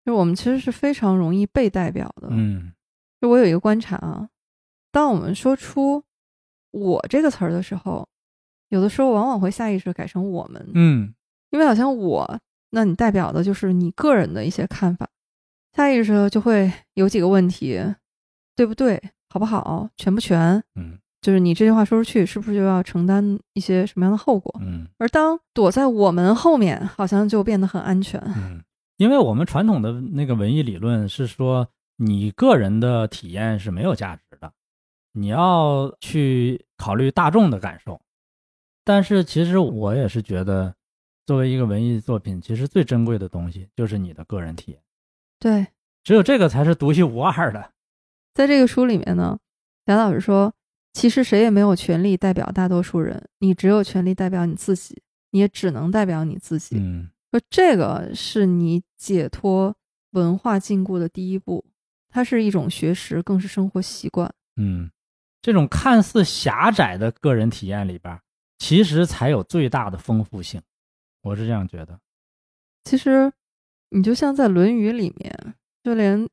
就我们其实是非常容易被代表的。嗯就我有一个观察啊，当我们说出“我”这个词儿的时候，有的时候往往会下意识地改成“我们”，嗯因为好像“我”，那你代表的就是你个人的一些看法，下意识地就会有几个问题：对不对？好不好？全不全？嗯就是你这句话说出去，是不是就要承担一些什么样的后果？嗯而当躲在我们后面，好像就变得很安全。嗯，因为我们传统的那个文艺理论是说，你个人的体验是没有价值的，你要去考虑大众的感受。但是其实我也是觉得，作为一个文艺作品，其实最珍贵的东西就是你的个人体验，对，只有这个才是独一无二的。在这个书里面呢，贾老师说，其实谁也没有权利代表大多数人，你只有权利代表你自己，你也只能代表你自己。嗯说这个是你解脱文化禁锢的第一步，它是一种学识，更是生活习惯。嗯，这种看似狭窄的个人体验里边儿，其实才有最大的丰富性。我是这样觉得。其实，你就像在《论语》里面，就连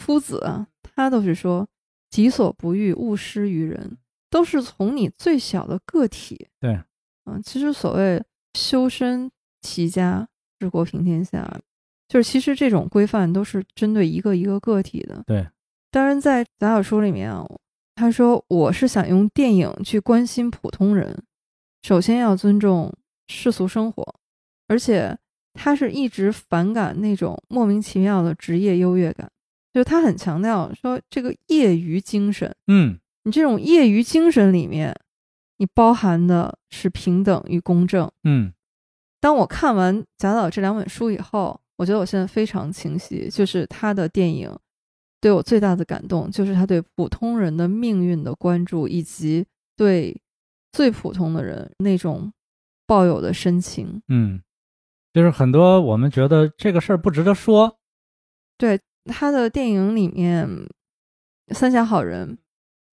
夫子啊他都是说“己所不欲，勿施于人”，都是从你最小的个体。对，嗯，其实所谓“修身齐家治国平天下”，就是其实这种规范都是针对一个一个个体的。对，当然在贾小书里面啊，他说我是想用电影去关心普通人，首先要尊重世俗生活，而且他是一直反感那种莫名其妙的职业优越感，就他很强调说这个业余精神，嗯你这种业余精神里面，你包含的是平等与公正。嗯当我看完贾导这两本书以后，我觉得我现在非常清晰，就是他的电影对我最大的感动，就是他对普通人的命运的关注，以及对最普通的人那种抱有的深情。嗯，就是很多我们觉得这个事儿不值得说。他的电影里面，《三峡好人》，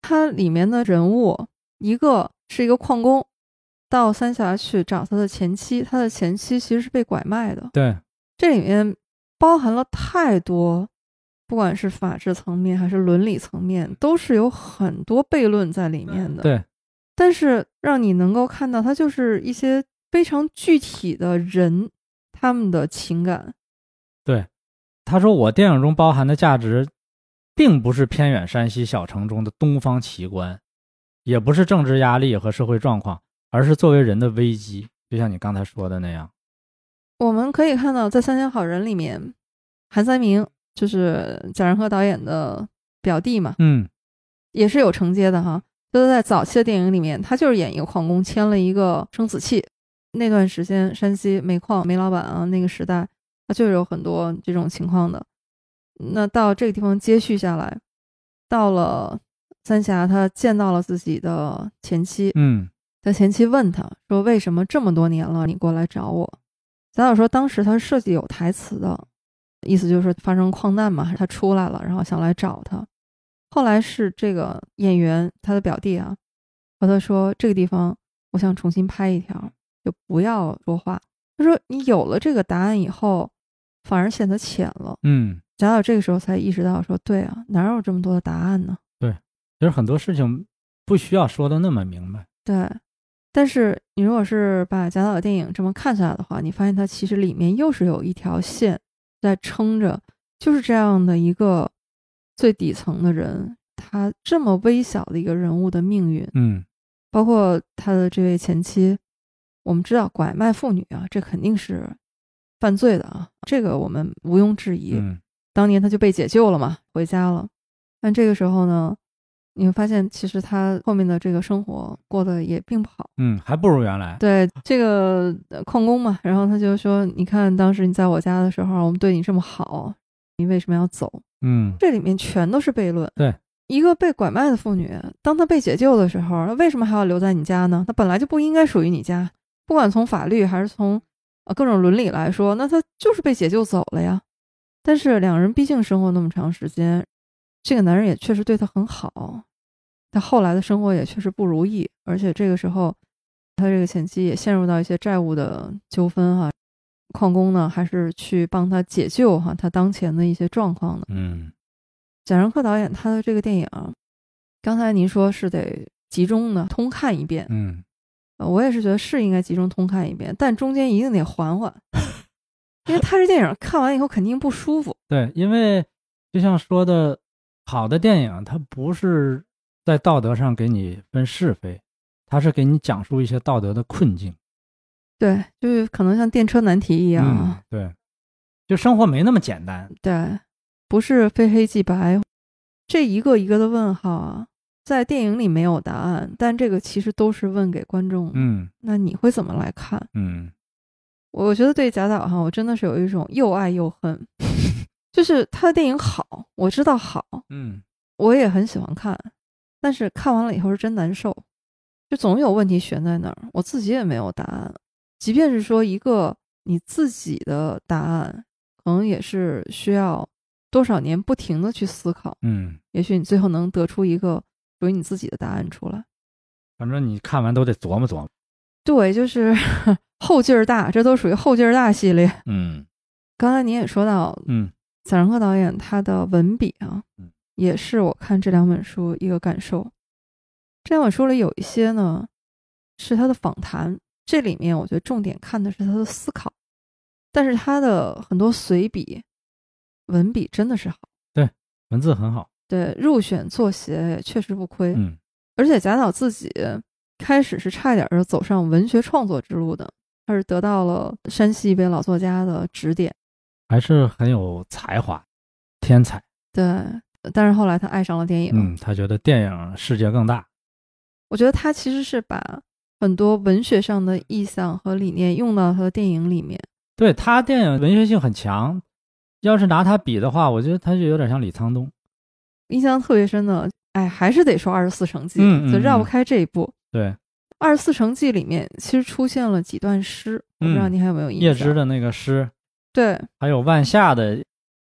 它里面的人物一个是一个矿工，到三峡去找他的前妻，他的前妻其实是被拐卖的。对，这里面包含了太多，不管是法治层面还是伦理层面，都是有很多悖论在里面的。对，但是让你能够看到，它就是一些非常具体的人他们的情感。他说我电影中包含的价值，并不是偏远山西小城中的东方奇观，也不是政治压力和社会状况，而是作为人的危机。就像你刚才说的那样，我们可以看到，在《三峡好人》里面，韩三明就是贾樟柯导演的表弟嘛，嗯也是有承接的哈。就是在早期的电影里面，他就是演一个矿工，签了一个生死契。那段时间，山西煤矿煤老板啊，那个时代，他就是有很多这种情况的。那到这个地方接续下来，到了三峡，他见到了自己的前妻，嗯他前妻问他说：“为什么这么多年了，你过来找我？”贾导说：“当时他设计有台词的，意思就是说发生矿难嘛，他出来了，然后想来找他。后来是这个演员他的表弟啊，和他说这个地方我想重新拍一条，就不要说话。他说你有了这个答案以后，反而显得浅了。嗯，贾导这个时候才意识到说，对啊，哪有这么多的答案呢？其实很多事情不需要说的那么明白。对，但是你如果是把贾导的电影这么看下来的话，你发现它其实里面又是有一条线在撑着，就是这样的一个最底层的人，他这么微小的一个人物的命运，嗯包括他的这位前妻，我们知道拐卖妇女啊，这肯定是犯罪的啊，这个我们毋庸置疑。嗯当年他就被解救了嘛，回家了。但这个时候呢，你会发现其实他后面的这个生活过得也并不好。嗯，还不如原来。对这个呃矿工嘛，然后他就说：“你看，当时你在我家的时候，我们对你这么好，你为什么要走？”嗯这里面全都是悖论。对，一个被拐卖的妇女，当她被解救的时候，她为什么还要留在你家呢？她本来就不应该属于你家，不管从法律还是从呃各种伦理来说，那她就是被解救走了呀。但是两人毕竟生活那么长时间，这个男人也确实对她很好，她后来的生活也确实不如意，而且这个时候他这个前妻也陷入到一些债务的纠纷哈、矿工呢还是去帮他解救哈、他当前的一些状况的。嗯贾樟柯导演他的这个电影啊，刚才您说是得集中的通看一遍，嗯，呃我也是觉得是应该集中通看一遍，但中间一定得缓缓， 因为他这电影看完以后肯定不舒服。对，因为就像说的，好的电影它不是在道德上给你分是非，它是给你讲述一些道德的困境。对，就是可能像电车难题一样嗯啊，，对，就生活没那么简单。对，不是非黑即白，这一个一个的问号啊，在电影里没有答案，但这个其实都是问给观众的。嗯那你会怎么来看？嗯我觉得对贾导哈，我真的是有一种又爱又恨， 就是他的电影好，我知道好，嗯，我也很喜欢看，但是看完了以后是真难受，就总有问题悬在那儿，我自己也没有答案。即便是说一个你自己的答案，可能也是需要多少年不停的去思考，嗯，也许你最后能得出一个属于你自己的答案出来。反正你看完都得琢磨琢磨。对，就是 后劲儿大，这都属于后劲儿大系列。嗯刚才您也说到嗯贾樟柯导演他的文笔啊嗯，也是我看这两本书一个感受。这两本书里有一些呢是他的访谈，这里面我觉得重点看的是他的思考，但是他的很多随笔文笔真的是好，文字很好。对入选作协也确实不亏。嗯而且贾导自己开始是差一点儿就走上文学创作之路的，他是得到了山西一位老作家的指点。还是很有才华，天才。对，但是后来他爱上了电影，嗯，他觉得电影世界更大。我觉得他其实是把很多文学上的意象和理念用到他的电影里面。对他电影文学性很强，要是拿他比的话，我觉得他就有点像李沧东。印象特别深的，哎，还是得说《二十四城记》嗯嗯就绕不嗯开这一部。对，二十四城记》里面其实出现了几段诗，我不知道嗯您还有没有印象？叶芝的那个诗，对还有万夏的，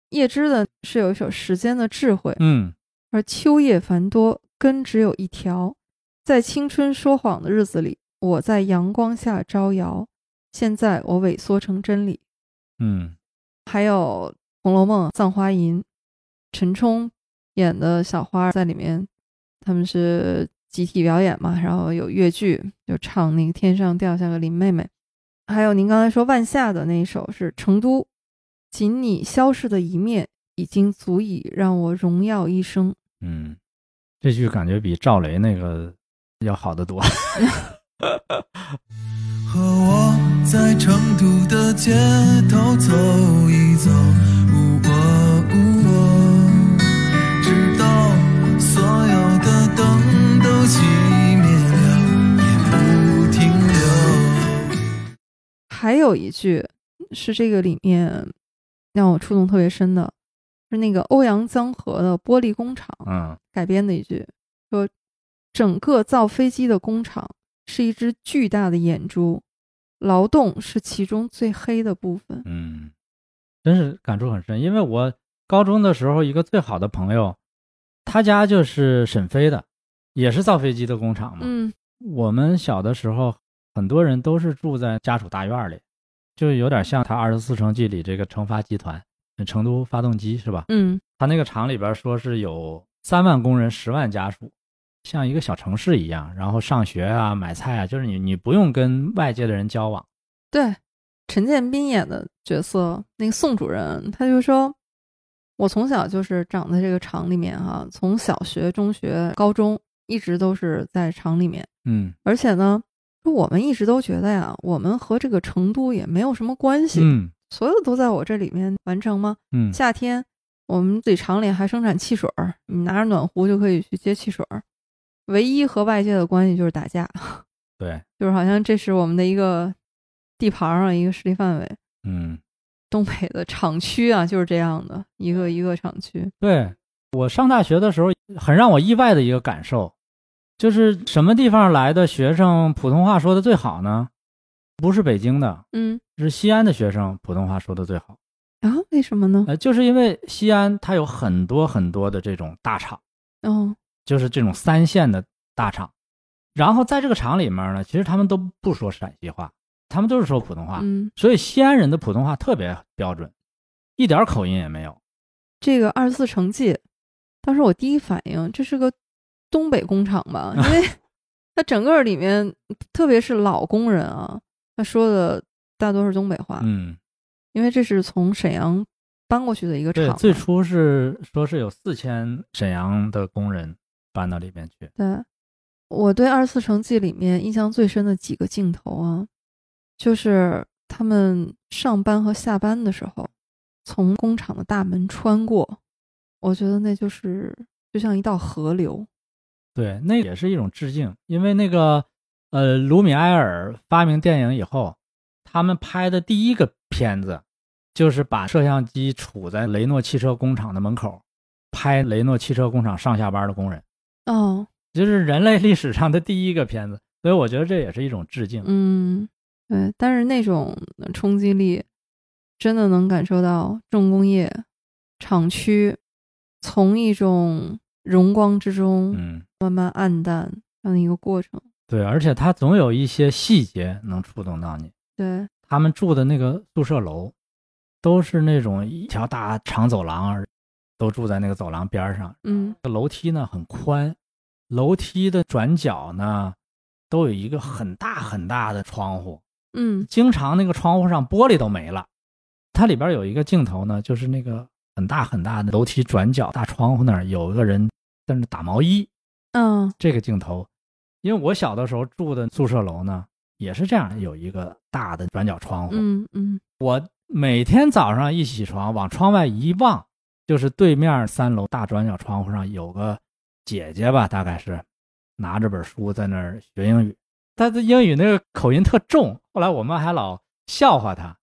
叶芝的是有一首《时间的智慧》，嗯而秋叶繁多，根只有一条。在青春说谎的日子里，我在阳光下招摇，现在我萎缩成真理。嗯还有《红楼梦》《葬花吟》，陈冲演的小花在里面，他们是集体表演嘛，然后有越剧，就唱那个“天上掉下个林妹妹”。还有您刚才说万夏的那一首是《成都》，仅你消逝的一面，已经足以让我荣耀一生。嗯，这句感觉比赵雷那个要好得多。 和我在成都的街头走一走，呜哦呜哦，直到所有的灯都熄灭了，也不停留。还有一句是这个里面让我触动特别深的，是那个欧阳江河的《玻璃工厂》嗯改编的一句，说整个造飞机的工厂是一只巨大的眼珠，劳动是其中最黑的部分。嗯，真是感触很深，因为我高中的时候一个最好的朋友，他家就是沈飞的，也是造飞机的工厂嘛。嗯，我们小的时候，很多人都是住在家属大院里，就有点像他《二十四城记》里这个成发集团，成都发动机是吧？嗯，他那个厂里边说是有三万工人，十万家属，像一个小城市一样，然后上学啊、买菜啊，就是你你不用跟外界的人交往。对，陈建斌演的角色那个宋主任，他就说。我从小就是长在这个厂里面哈、从小学、中学、高中一直都是在厂里面。嗯而且呢，就我们一直都觉得呀，我们和这个成都也没有什么关系，嗯所有都在我这里面完成吗？嗯夏天我们自己厂里还生产汽水儿，你拿着暖壶就可以去接汽水儿。唯一和外界的关系就是打架， 对，就是好像这是我们的一个地盘儿啊，一个势力范围。嗯东北的厂区啊，就是这样的，一个一个厂区。对。我上大学的时候，很让我意外的一个感受，就是什么地方来的学生普通话说的最好呢？不是北京的，嗯是西安的学生普通话说的最好，啊，为什么呢？呃，就是因为西安它有很多很多的这种大厂，嗯、就是这种三线的大厂，然后在这个厂里面呢，其实他们都不说陕西话，他们都是说普通话，嗯，所以西安人的普通话特别标准，一点口音也没有。这个二十四城记，当时我第一反应这是个东北工厂 吧，因为它整个里面，特别是老工人啊，他说的大多是东北话，嗯，因为这是从沈阳搬过去的一个厂对嘛，，最初是说是有四千沈阳的工人搬到里面去。对，我对《二十四城记》里面印象最深的几个镜头啊，就是他们上班和下班的时候，从工厂的大门穿过，我觉得那就是就像一道河流。对，那也是一种致敬，因为那个呃，卢米埃尔发明电影以后，他们拍的第一个片子就是把摄像机杵在雷诺汽车工厂的门口，拍雷诺汽车工厂上下班的工人，哦，这是人类历史上的第一个片子，所以我觉得这也是一种致敬。嗯，对，但是那种冲击力，真的能感受到重工业厂区从一种荣光之中嗯，慢慢暗淡这样的一个过程。对，而且它总有一些细节能触动到你。对，他们住的那个宿舍楼，都是那种一条大长走廊，都住在那个走廊边儿上，嗯。楼梯呢很宽，楼梯的转角呢都有一个很大很大的窗户，嗯经常那个窗户上玻璃都没了。它里边有一个镜头呢，就是那个很大很大的楼梯转角大窗户那儿有一个人在那打毛衣，嗯这个镜头，因为我小的时候住的宿舍楼呢也是这样，有一个大的转角窗户，嗯嗯我每天早上一起床，往窗外一望，就是对面三楼大转角窗户上有个姐姐吧，大概是拿着本书在那儿学英语。她的英语那个口音特重，后来我们还老笑话她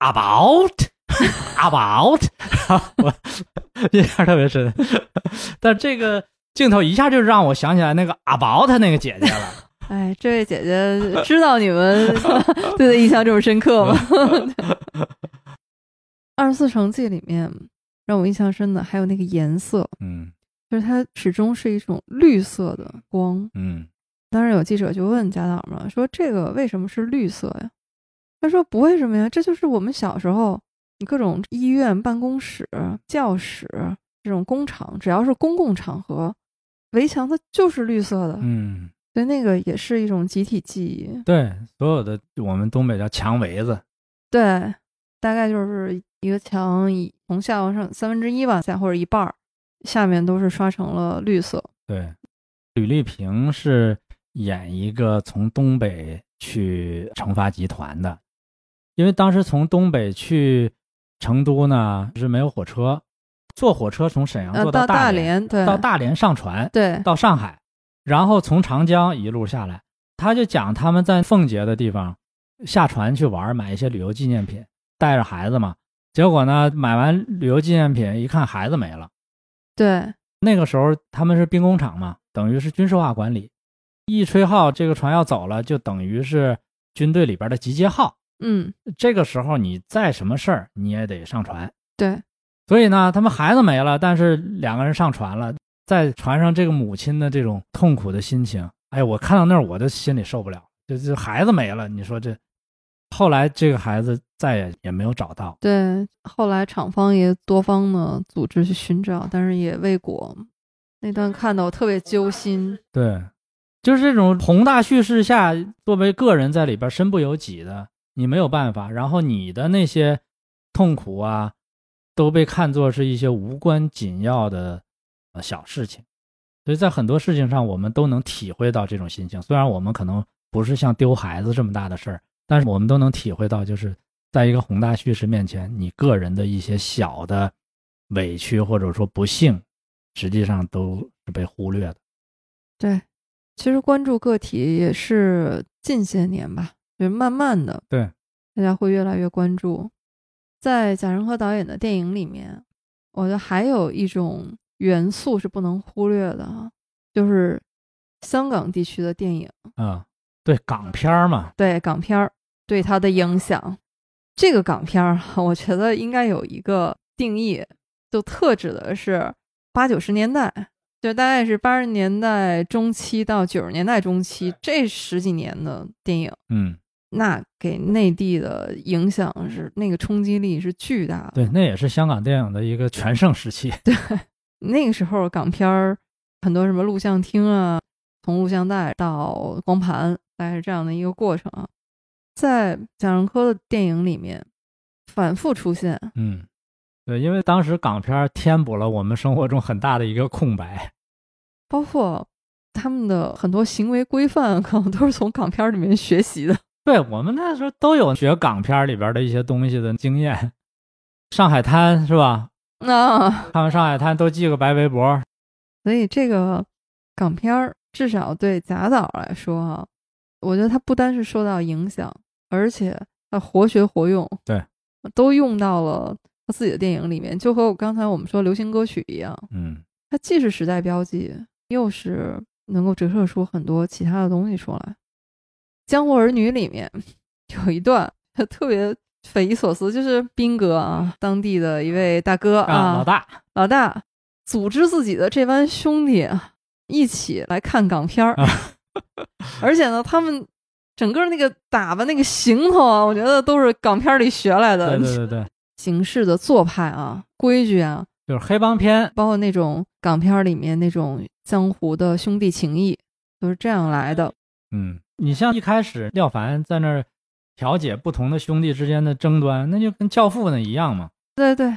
，about about，然 后我印象特别深。但这个镜头一下就让我想起来那个 about 那个姐姐了。哎，这位姐姐知道你们对她印象这么深刻吗？二十四城记里面让我印象深的还有那个颜色，嗯就是它始终是一种绿色的光。嗯当时有记者就问贾导嘛，说这个为什么是绿色呀？他说不为什么呀，这就是我们小时候你各种医院、办公室、教室这种工厂，只要是公共场合，围墙它就是绿色的。嗯，所以那个也是一种集体记忆，对，所有的我们东北叫墙围子。对，大概就是一个墙以从下往上三分之一吧，下或者一半儿，下面都是刷成了绿色。对，吕丽萍是演一个从东北去成发集团的，因为当时从东北去成都呢是没有火车，坐火车从沈阳呃，坐到大连，连，对，到大连上船对，到上海，然后从长江一路下来。他就讲他们在奉节的地方下船去玩，买一些旅游纪念品，带着孩子嘛。结果呢，买完旅游纪念品一看孩子没了。对，那个时候他们是兵工厂嘛，等于是军事化管理。一吹号，这个船要走了，就等于是军队里边的集结号。嗯，这个时候你再什么事儿，你也得上船。对，所以呢，他们孩子没了，但是两个人上船了，在船上这个母亲的这种痛苦的心情，哎，我看到那儿我就心里受不了，就就孩子没了，你说这，后来这个孩子再也也没有找到。对。后来厂方也多方呢组织去寻找，但是也未果。那段看的我特别揪心，对，就是这种宏大叙事下，作为个人在里边身不由己的，你没有办法。然后你的那些痛苦啊，都被看作是一些无关紧要的呃小事情。所以在很多事情上，我们都能体会到这种心情。虽然我们可能不是像丢孩子这么大的事儿，但是我们都能体会到，就是在一个宏大叙事面前，你个人的一些小的委屈或者说不幸，实际上都是被忽略的。对。其实关注个体也是近些年吧，就是慢慢的，对，大家会越来越关注。在贾樟柯导演的电影里面，我觉得还有一种元素是不能忽略的啊，就是香港地区的电影，啊、对港片儿嘛，对港片儿对它的影响。这个港片儿， 我觉得应该有一个定义，就特指的是八九十年代，就大概是八十年代中期到九十年代中期这十几年的电影，嗯，那给内地的影响是那个冲击力是巨大的。对，那也是香港电影的一个全盛时期。那个时候港片儿很多什么录像厅啊，从录像带到光盘，大概是这样的一个过程啊。在贾樟柯的电影里面反复出现，嗯，对，因为当时港片儿填补了我们生活中很大的一个空白。包括他们的很多行为规范，可能都是从港片儿里面学习的。 对我们那时候都有学港片儿里边的一些东西的经验，《上海滩》是吧？那、看完《上海滩》都记个白围脖。所以这个港片儿，至少对贾导来说哈、啊，我觉得他不单是受到影响，而且他活学活用，对，都用到了他自己的电影里面，就和我刚才我们说流行歌曲一样，嗯，它既是时代标记，又是能够折射出很多其他的东西出来。《江湖儿女》里面 有一段特别匪夷所思，就是斌哥啊，当地的一位大哥啊，老大，老大组织自己的这帮兄弟啊，一起来看港片儿，啊 而且呢，他们整个那个打扮、那个行头啊，我觉得都是港片儿里学来的对对对对，形式的做派啊、规矩啊，就是黑帮片。包括那种港片儿里面那种江湖的兄弟情谊，都是这样来的。嗯，你像一开始廖凡在那儿调解不同的兄弟之间的争端，那就跟《教父》那一样嘛。对对，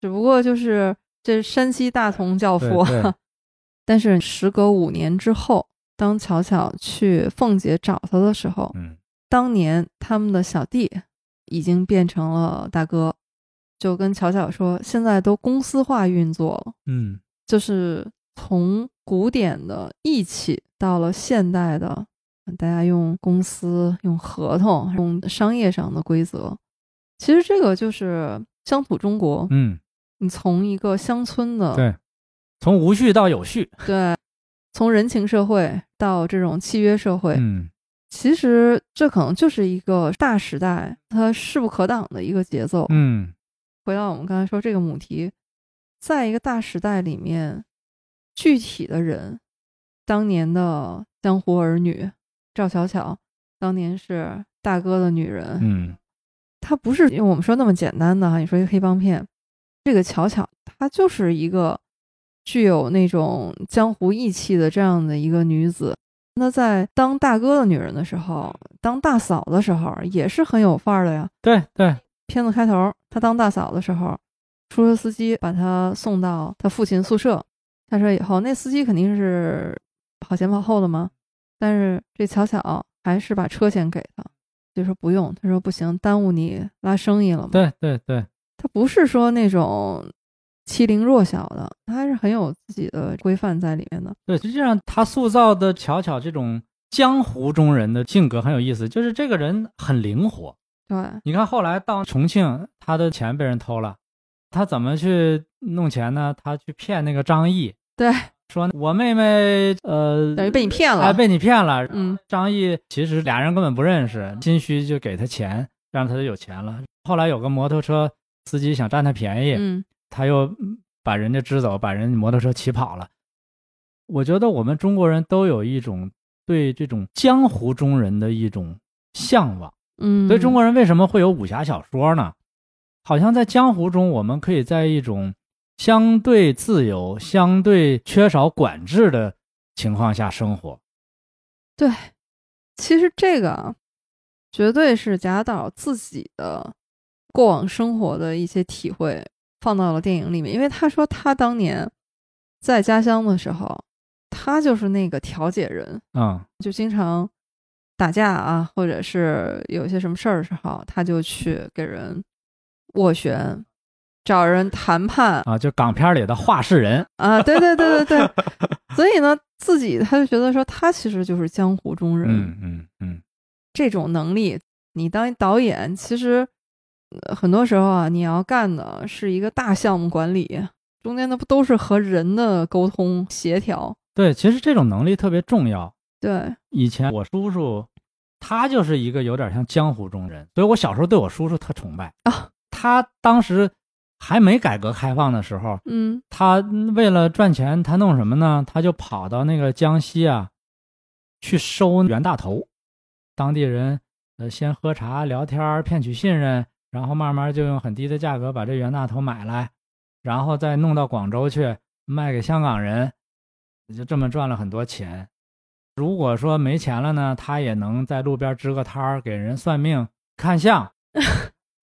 只不过就是这山西大同教对父， 对 但是时隔五年之后，当巧巧去凤姐找他的时候，嗯，当年他们的小弟已经变成了大哥，就跟巧巧说，现在都公司化运作了，嗯，就是从古典的义气到了现代的，大家用公司、用合同、用商业上的规则。其实这个就是乡土中国，嗯，你从一个乡村的对从无序到有序。对，从人情社会到这种契约社会，嗯，其实这可能就是一个大时代它势不可挡的一个节奏。嗯，回到我们刚才说这个母题，在一个大时代里面，具体的人，当年的江湖儿女赵巧巧，当年是大哥的女人，嗯，她不是用我们说那么简单的哈。你说一个黑帮片，这个巧巧她就是一个具有那种江湖义气的这样的一个女子。那在当大哥的女人的时候，当大嫂的时候，也是很有范儿的呀。对对，片子开头，她当大嫂的时候，出租车司机把她送到她父亲宿舍，下车以后，那司机肯定是跑前跑后的嘛，但是这巧巧还是把车钱给他，就说不用，他说不行，耽误你拉生意了嘛。对对对，他不是说那种欺凌弱小的，他还是很有自己的规范在里面的。对，实际上他塑造的巧巧这种江湖中人的性格很有意思，就是这个人很灵活。对，你看后来到重庆，他的钱被人偷了，他怎么去弄钱呢？他去骗那个张译，对，说我妹妹呃等于被你骗哎了。被你骗了。嗯，张译其实俩人根本不认识，心虚就给他钱，让他就有钱了。后来有个摩托车司机想占他便宜，嗯，他又嗯把人家支走，把人家摩托车骑跑了。我觉得我们中国人都有一种对这种江湖中人的一种向往，嗯，所以中国人为什么会有武侠小说呢？好像在江湖中，我们可以在一种相对自由、相对缺少管制的情况下生活。对，其实这个啊，绝对是贾导自己的过往生活的一些体会放到了电影里面，因为他说他当年在家乡的时候，他就是那个调解人，嗯就经常打架啊，或者是有一些什么事儿的时候，他就去给人斡旋，找人谈判啊，就港片里的话事人。啊，对对对对对，所以呢，自己他就觉得说他其实就是江湖中人，嗯嗯嗯，这种能力，你当一导演，其实呃很多时候啊，你要干的是一个大项目管理，中间的不都是和人的沟通协调？对，其实这种能力特别重要。对，以前我叔叔，他就是一个有点像江湖中人，所以我小时候对我叔叔特崇拜啊。他当时还没改革开放的时候，嗯他为了赚钱，他弄什么呢？他就跑到那个江西啊，去收袁大头，当地人呃先喝茶聊天儿，骗取信任，然后慢慢就用很低的价格把这袁大头买来，然后再弄到广州去卖给香港人，就这么赚了很多钱。如果说没钱了呢，他也能在路边支个摊儿给人算命看相。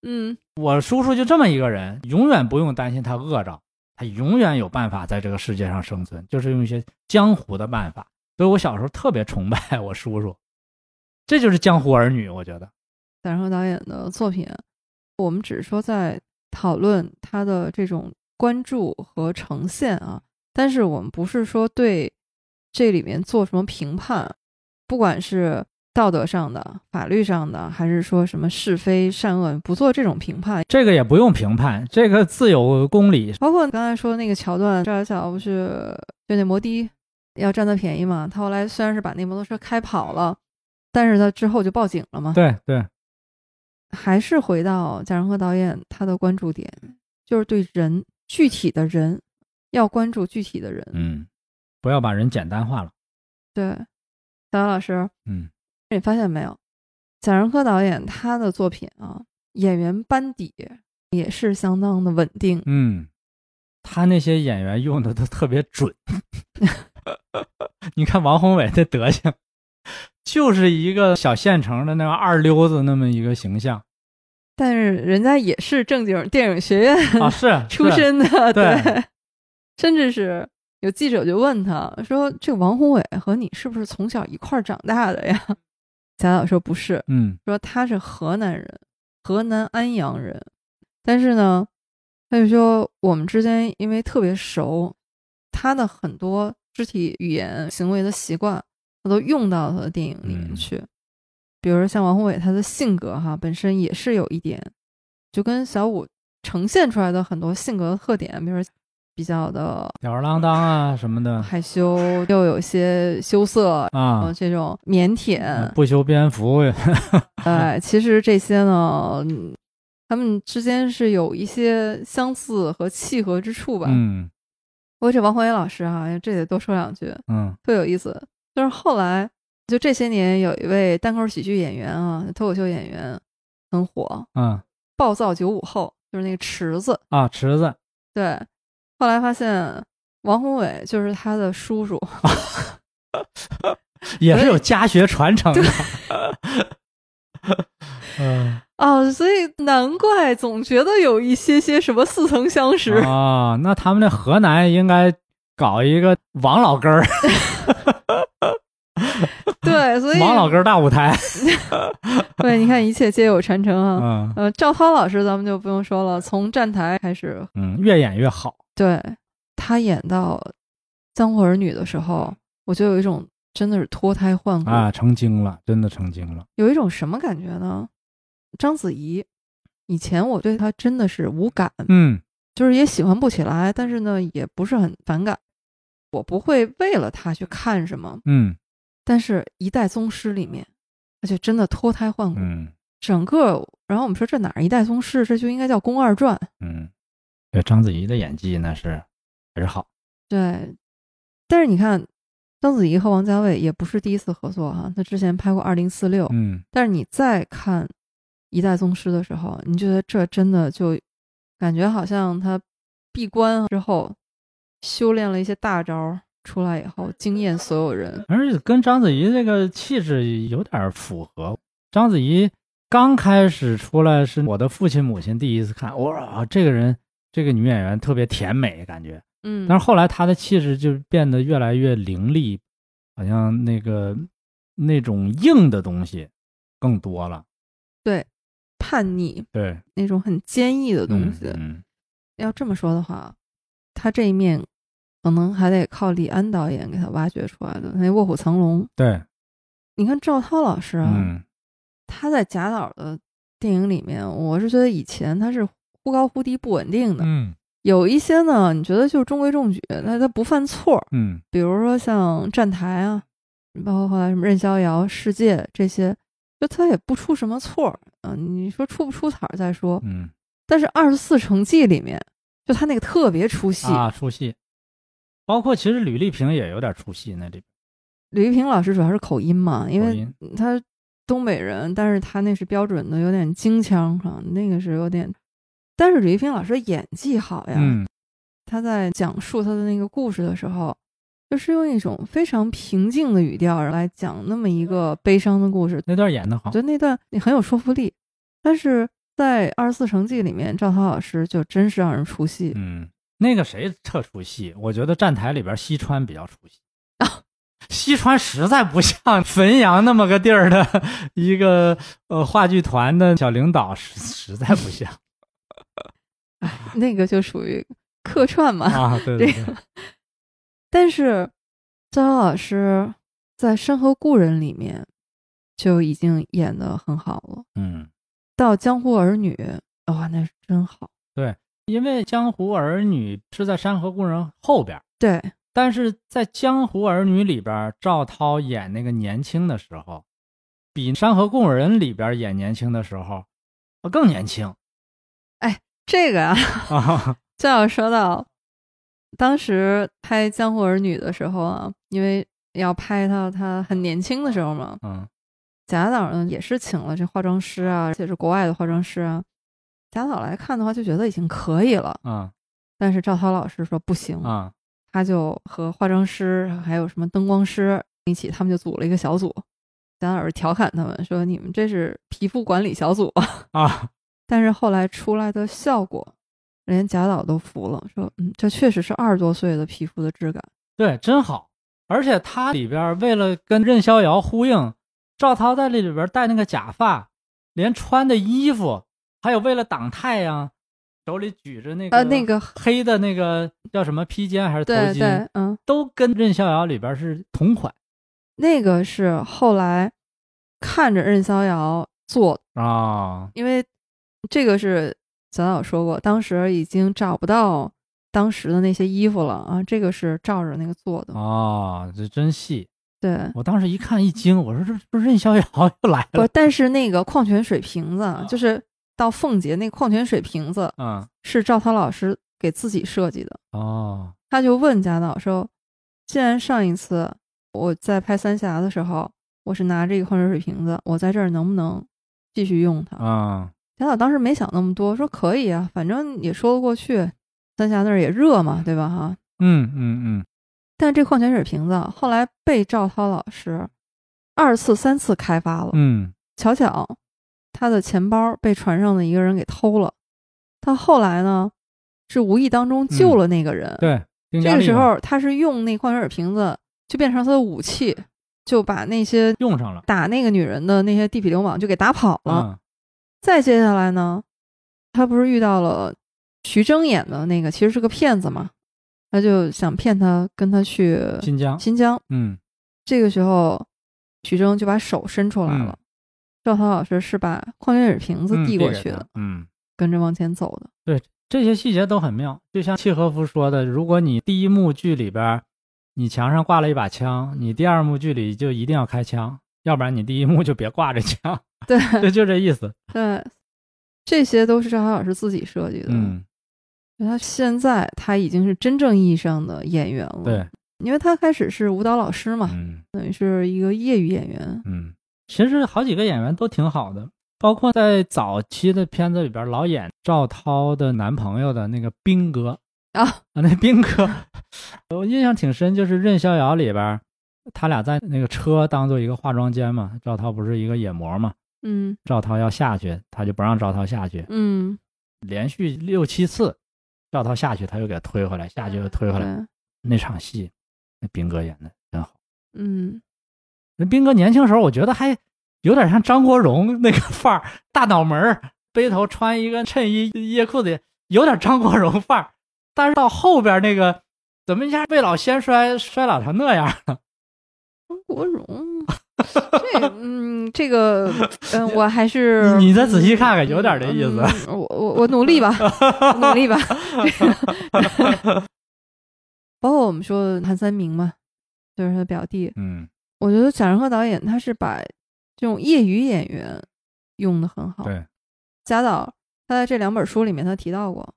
嗯，我叔叔就这么一个人，永远不用担心他饿着，他永远有办法在这个世界上生存，就是用一些江湖的办法。所以我小时候特别崇拜 我叔叔，这就是江湖儿女，我觉得。贾樟柯导演的作品，我们只是说在讨论他的这种关注和呈现啊，但是我们不是说对这里面做什么评判，不管是道德上的、法律上的，还是说什么是非善恶，不做这种评判。这个也不用评判，这个自有公理。包括刚才说那个桥段，赵小小不是就那摩的要占他便宜嘛？他后来虽然是把那摩托车开跑了，但是他之后就报警了嘛。对对，还是回到贾樟柯导演他的关注点，就是对人具体的人要关注具体的人。嗯，不要把人简单化了。对，小姚老师，嗯，你发现没有？贾樟柯导演他的作品啊，演员班底也是相当的稳定。嗯，他那些演员用的都特别准。 你看王宏伟的德行，就是一个小县城的那个二溜子那么一个形象但是人家也是正经电影学院 啊，是出是身的，对甚至是有记者就问他说：“这个王宏伟和你是不是从小一块儿长大的呀？” 贾导说：“不是，嗯说他是河南人，河南安阳人。但是呢，他就说我们之间因为特别熟，他的很多肢体语言、行为的习惯，他都用到他的电影里面嗯去。比如说像王宏伟，他的性格哈本身也是有一点，就跟小五呈现出来的很多性格特点，比如说比较的吊儿郎当啊什么的害羞，又有些羞涩，然后啊，这种腼腆，不修边幅，哎，其实这些呢，嗯他们之间是有一些相似和契合之处吧。嗯不过这王宏伟老师哈、这得多说两句，嗯特有意思。就是后来就这些年，有一位单口喜剧演员啊，脱口秀演员很火，嗯暴躁九五后，就是那个池子。啊，池子对，后来发现王宏伟就是他的叔叔，也是有家学传承的， 嗯哦，所以难怪总觉得有一些些什么似曾相识。啊，那他们那河南应该搞一个王老根儿，对，所以王老根儿大舞台，对，你看一切皆有传承啊。嗯呃，赵涛老师咱们就不用说了，从站台开始，嗯，越演越好，对他演到《江湖儿女》的时候，我就有一种真的是脱胎换骨，啊，成精了，真的成精了，有一种什么感觉呢？章子怡，以前我对她真的是无感，嗯就是也喜欢不起来，但是呢也不是很反感，我不会为了她去看什么。嗯但是《一代宗师》里面，她就真的脱胎换骨，嗯整个。然后我们说这哪儿一代宗师，这就应该叫宫二传。嗯，对，章子怡的演技那是还是好，对，但是你看，章子怡和王家卫也不是第一次合作哈、他之前拍过《二零四六》，嗯但是你再看《一代宗师》的时候，你觉得这真的就感觉好像他闭关之后修炼了一些大招儿出来以后，惊艳所有人。而且跟章子怡这个气质有点符合。章子怡刚开始出来是我的父亲母亲第一次看，哇，这个人这个女演员特别甜美感觉。嗯，但是后来她的气质就变得越来越凌厉，好像那个那种硬的东西更多了。叛逆对，那种很坚毅的东西，嗯要这么说的话，他这一面可能还得靠李安导演给他挖掘出来的。那《卧虎藏龙》。对，你看赵涛老师啊，嗯他在贾导的电影里面，我是觉得以前他是忽高忽低、不稳定的，嗯有一些呢，你觉得就是中规中矩，那他不犯错，嗯比如说像站台啊，包括后来什么任逍遥、世界这些，就他也不出什么错儿啊。你说出不出彩儿再说，嗯但是《二十四城记》里面，就他那个特别出戏，啊，出戏。包括其实吕丽萍也有点出戏，那里吕丽萍老师主要是口音嘛，因口为音他东北人，但是他那是标准的有点京腔哈、那个是有点。但是吕丽萍老师的演技好呀，嗯，他在讲述他的那个故事的时候，就是用一种非常平静的语调来讲那么一个悲伤的故事，那段演的好我觉。得那段你很有说服力。但是在《二十四城记》里面，赵涛老师就真是让人出戏。嗯，那个谁特出戏？我觉得站台里边西川比较出戏。西川实在不像 汾阳那么个地儿的一个呃话剧团的小领导，实实在不像嗯那个就属于客串嘛。啊！对对对，但是赵涛老师在《山河故人》里面就已经演得很好了，嗯，到《江湖儿女》哇、那是真好。因为《江湖儿女》是在《山河故人》后边儿，对，但是在《江湖儿女》里边儿，赵涛演那个年轻的时候，比《山河故人》里边儿演年轻的时候，我更年轻这个啊， 啊！就要说到当时拍《江湖儿女》的时候啊，因为要拍到他很年轻的时候嘛，嗯贾导呢也是请了这化妆师啊，而且是国外的化妆师啊。贾导来看的话，就觉得已经可以了，啊但是赵涛老师说不行，啊他就和化妆师还有什么灯光师一起，他们就组了一个小组。贾导是调侃他们说：“你们这是皮肤管理小组。啊！” 但是后来出来的效果，连贾导都服了，说：“嗯，这确实是二十多岁的皮肤的质感。对，真好。而且它里边儿为了跟任逍遥呼应，赵涛在这里边儿戴那个假发，连穿的衣服，还有为了挡太阳，手里举着那”个、呃，那个黑的那个叫什么披肩还是头对巾，对，嗯，都跟任逍遥里边儿是同款那个是后来看着任逍遥做啊、因为这个是咱有说过，当时已经找不到当时的那些衣服了啊，这个是照着那个做的。哦，这真细！对，我当时一看一惊，我说这不是任逍遥 又来不了是，但是那个矿泉水瓶子，啊、就是到凤姐那矿泉水瓶子，嗯，是赵涛老师给自己设计的。哦，他就问贾导说：“既然上一次我在拍三峡的时候，我是拿这个矿泉水瓶子，我在这儿能不能继续用它？”嗯贾导当时没想那么多，说可以啊，反正也说得过去。三峡那儿也热嘛，对吧？哈，嗯嗯但这矿泉水瓶子啊后来被赵涛老师二次、三次开发了。嗯巧巧，他的钱包被船上的一个人给偷了。他后来呢，是无意当中救了那个人。嗯，对，丁这嘉个丽时嘛候他是用那矿泉水瓶子就变成他的武器，就把那些用上了，打那个女人的那些地痞流氓就给打跑了。嗯再接下来呢，他不是遇到了徐峥演的那个，其实是个骗子嘛，他就想骗他跟他去新疆，新疆。嗯这个时候，徐峥就把手伸出来了，赵涛老师是把矿泉水瓶子嗯递过给去他的，嗯。跟着往前走的。 这些细节都很妙，就像契诃夫说的，如果你第一幕剧里边儿你墙上挂了一把枪，你第二幕剧里就一定要开枪，要不然你第一幕就别挂着枪， 对就就这意思。对，这些都是赵涛老师自己设计的。嗯，就他现在他已经是真正意义上的演员了。对，，因为他开始是舞蹈老师嘛，嗯等于是一个业余演员。嗯，其实好几个演员都挺好的，包括在早期的片子里边儿老演赵涛的男朋友的那个兵哥，啊，啊，那斌哥， 我印象挺深，就是《任逍遥》里边儿，他俩在那个车当做一个化妆间嘛，赵涛不是一个野模嘛，嗯赵涛要下去，他就不让赵涛下去，嗯，连续六七次，赵涛下去，他又给他推回来，下去又推回来。对，那场戏，那斌哥演的真好。嗯，那斌哥年轻时候，我觉得还有点像张国荣那个范儿，大脑门儿，背头穿一个衬衣掖裤子，有点张国荣范儿。但是到后边那个，怎么一下未老先衰，衰老成那样？张国荣。这嗯，这个嗯，我还是你你再仔细看看有点这意思嗯嗯我我我努力吧，努力吧。 包括我们说韩三明嘛，就是他的表弟。嗯，我觉得贾樟柯导演他是把这种业余演员用的很好。对，贾导他在这两本书里面他提到过，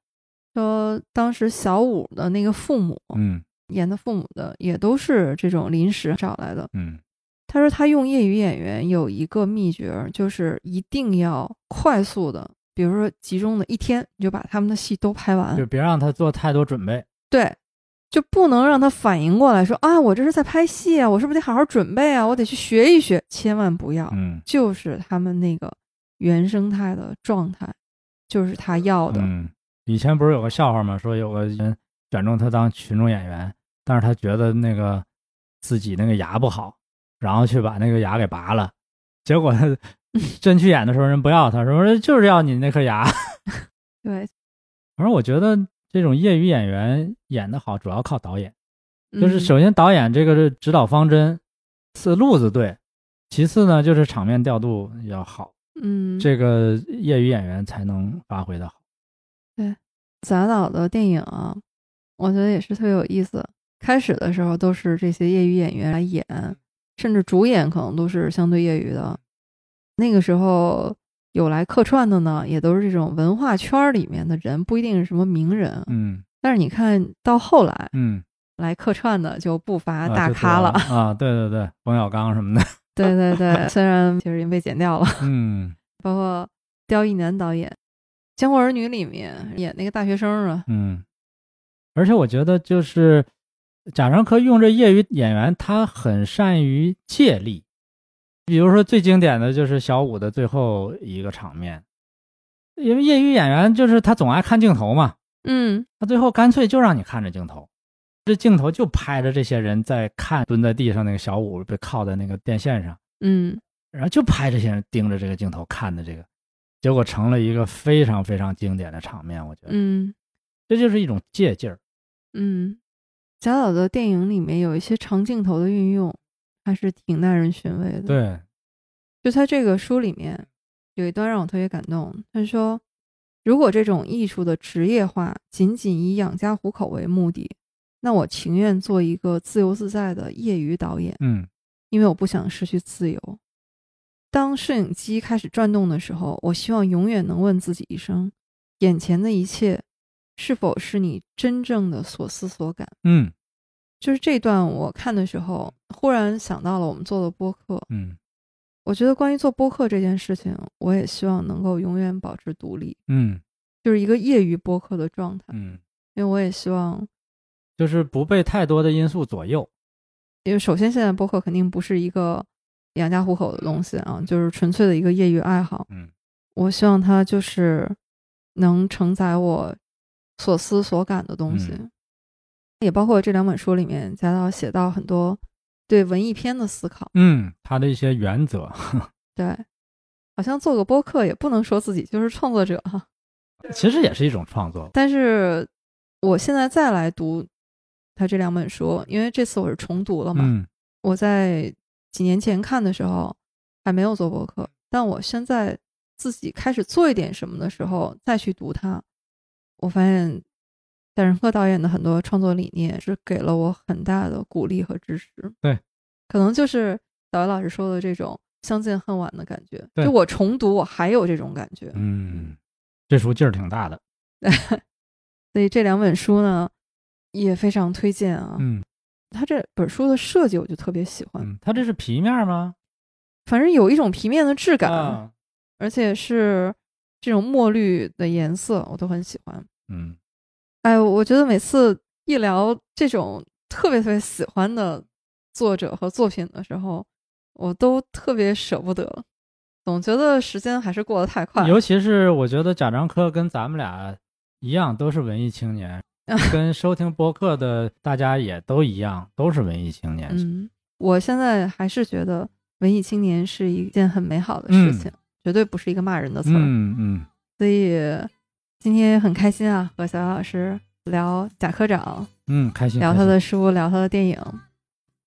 说当时小五的那个父母嗯演他父母的也都是这种临时找来的。嗯他说他用业余演员有一个秘诀，就是一定要快速的，比如说集中的一天，你就把他们的戏都拍完。就别让他做太多准备。对，就不能让他反应过来说啊，我这是在拍戏啊，我是不是得好好准备啊，我得去学一学，千万不要，嗯就是他们那个原生态的状态，就是他要的。嗯，以前不是有个笑话吗？说有个人选中他当群众演员，但是他觉得那个自己那个牙不好，然后去把那个牙给拔了，结果 他真去演的时候人不要他，说就是要你那颗牙。 对，反正我觉得这种业余演员演得好，主要靠导演。嗯就是首先导演这个是指导方针是路子对，其次呢就是场面调度要好，嗯，这个业余演员才能发挥的好。贾导的电影啊，我觉得也是特别有意思。开始的时候都是这些业余演员来演，甚至主演可能都是相对业余的。那个时候有来客串的呢，也都是这种文化圈儿里面的人，不一定是什么名人。嗯但是你看到后来嗯，来客串的就不乏啊大就多咖了，啊！对对对，冯小刚什么 的。对对对，虽然其实已经被剪掉了，嗯包括刁亦男导演《江湖儿女》里面演那个大学生啊，嗯，而且我觉得就是贾樟柯用这业余演员，他很善于借力。比如说最经典的就是小五的最后一个场面，因为业余演员就是他总爱看镜头嘛，嗯他最后干脆就让你看着镜头，这镜头就拍着这些人在看蹲在地上那个小五被靠在那个电线上，嗯，然后就拍这些人盯着这个镜头看的这个，结果成了一个非常非常经典的场面。我觉得嗯这就是一种借劲儿。嗯，贾导的电影里面有一些长镜头的运用，还是挺耐人寻味的。，对，就他这个书里面有一段让我特别感动，他说：“如果这种艺术的职业化仅仅以养家糊口为目的，那我情愿做一个自由自在的业余导演，嗯因为我不想失去自由。当摄影机开始转动的时候，我希望永远能问自己一声：眼前的一切是否是你真正的所思所感？”嗯就是这段我看的时候，忽然想到了我们做的播客。嗯我觉得关于做播客这件事情，我也希望能够永远保持独立，嗯就是一个业余播客的状态。嗯，因为我也希望，就是不被太多的因素左右。因为首先现在播客肯定不是一个养家糊口的东西啊，就是纯粹的一个业余爱好。嗯，我希望它就是能承载我所思所感的东西，嗯也包括这两本书里面，贾导写到很多对文艺片的思考。嗯，他的一些原则。 对，好像做个播客也不能说自己就是创作者哈。其实也是一种创作，但是我现在再来读他这两本书，因为这次我是重读了嘛。嗯我在几年前看的时候还没有做播客，但我现在自己开始做一点什么的时候再去读它，我发现戴仁科导演的很多创作理念是给了我很大的鼓励和支持。对，可能就是导演老师说的这种相见恨晚的感觉。对就我重读，我还有这种感觉。嗯，这书劲儿挺大的。所以这两本书呢，也非常推荐啊。嗯它这本书的设计我就特别喜欢，嗯，他这是皮面吗？反正有一种皮面的质感，啊而且是这种墨绿的颜色，我都很喜欢。嗯哎，我觉得每次一聊这种特别特别喜欢的作者和作品的时候，我都特别舍不得，总觉得时间还是过得太快。尤其是我觉得贾樟柯跟咱们俩一样，都是文艺青年，啊 跟收听播客的大家也都一样，都是文艺青年。嗯，我现在还是觉得文艺青年是一件很美好的事情，绝对不是一个骂人的词儿。嗯嗯所以今天很开心啊，和小姚老师聊贾科长，嗯，开心聊开他心的书，聊他的电影。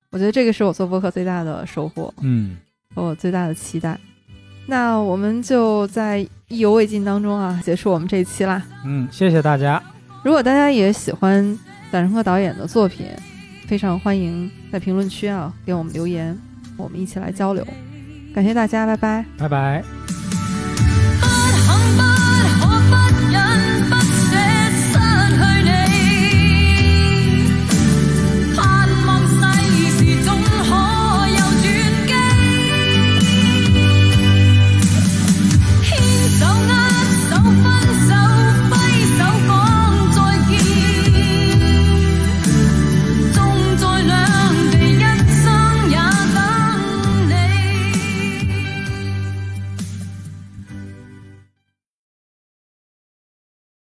我觉得这个是我做播客最大的收获嗯，和我最大的期待。那我们就在意犹未尽当中啊，结束我们这一期啦。嗯，谢谢大家。如果大家也喜欢贾樟柯导演的作品，非常欢迎在评论区啊给我们留言，我们一起来交流。感谢大家，拜拜。拜拜。不肯不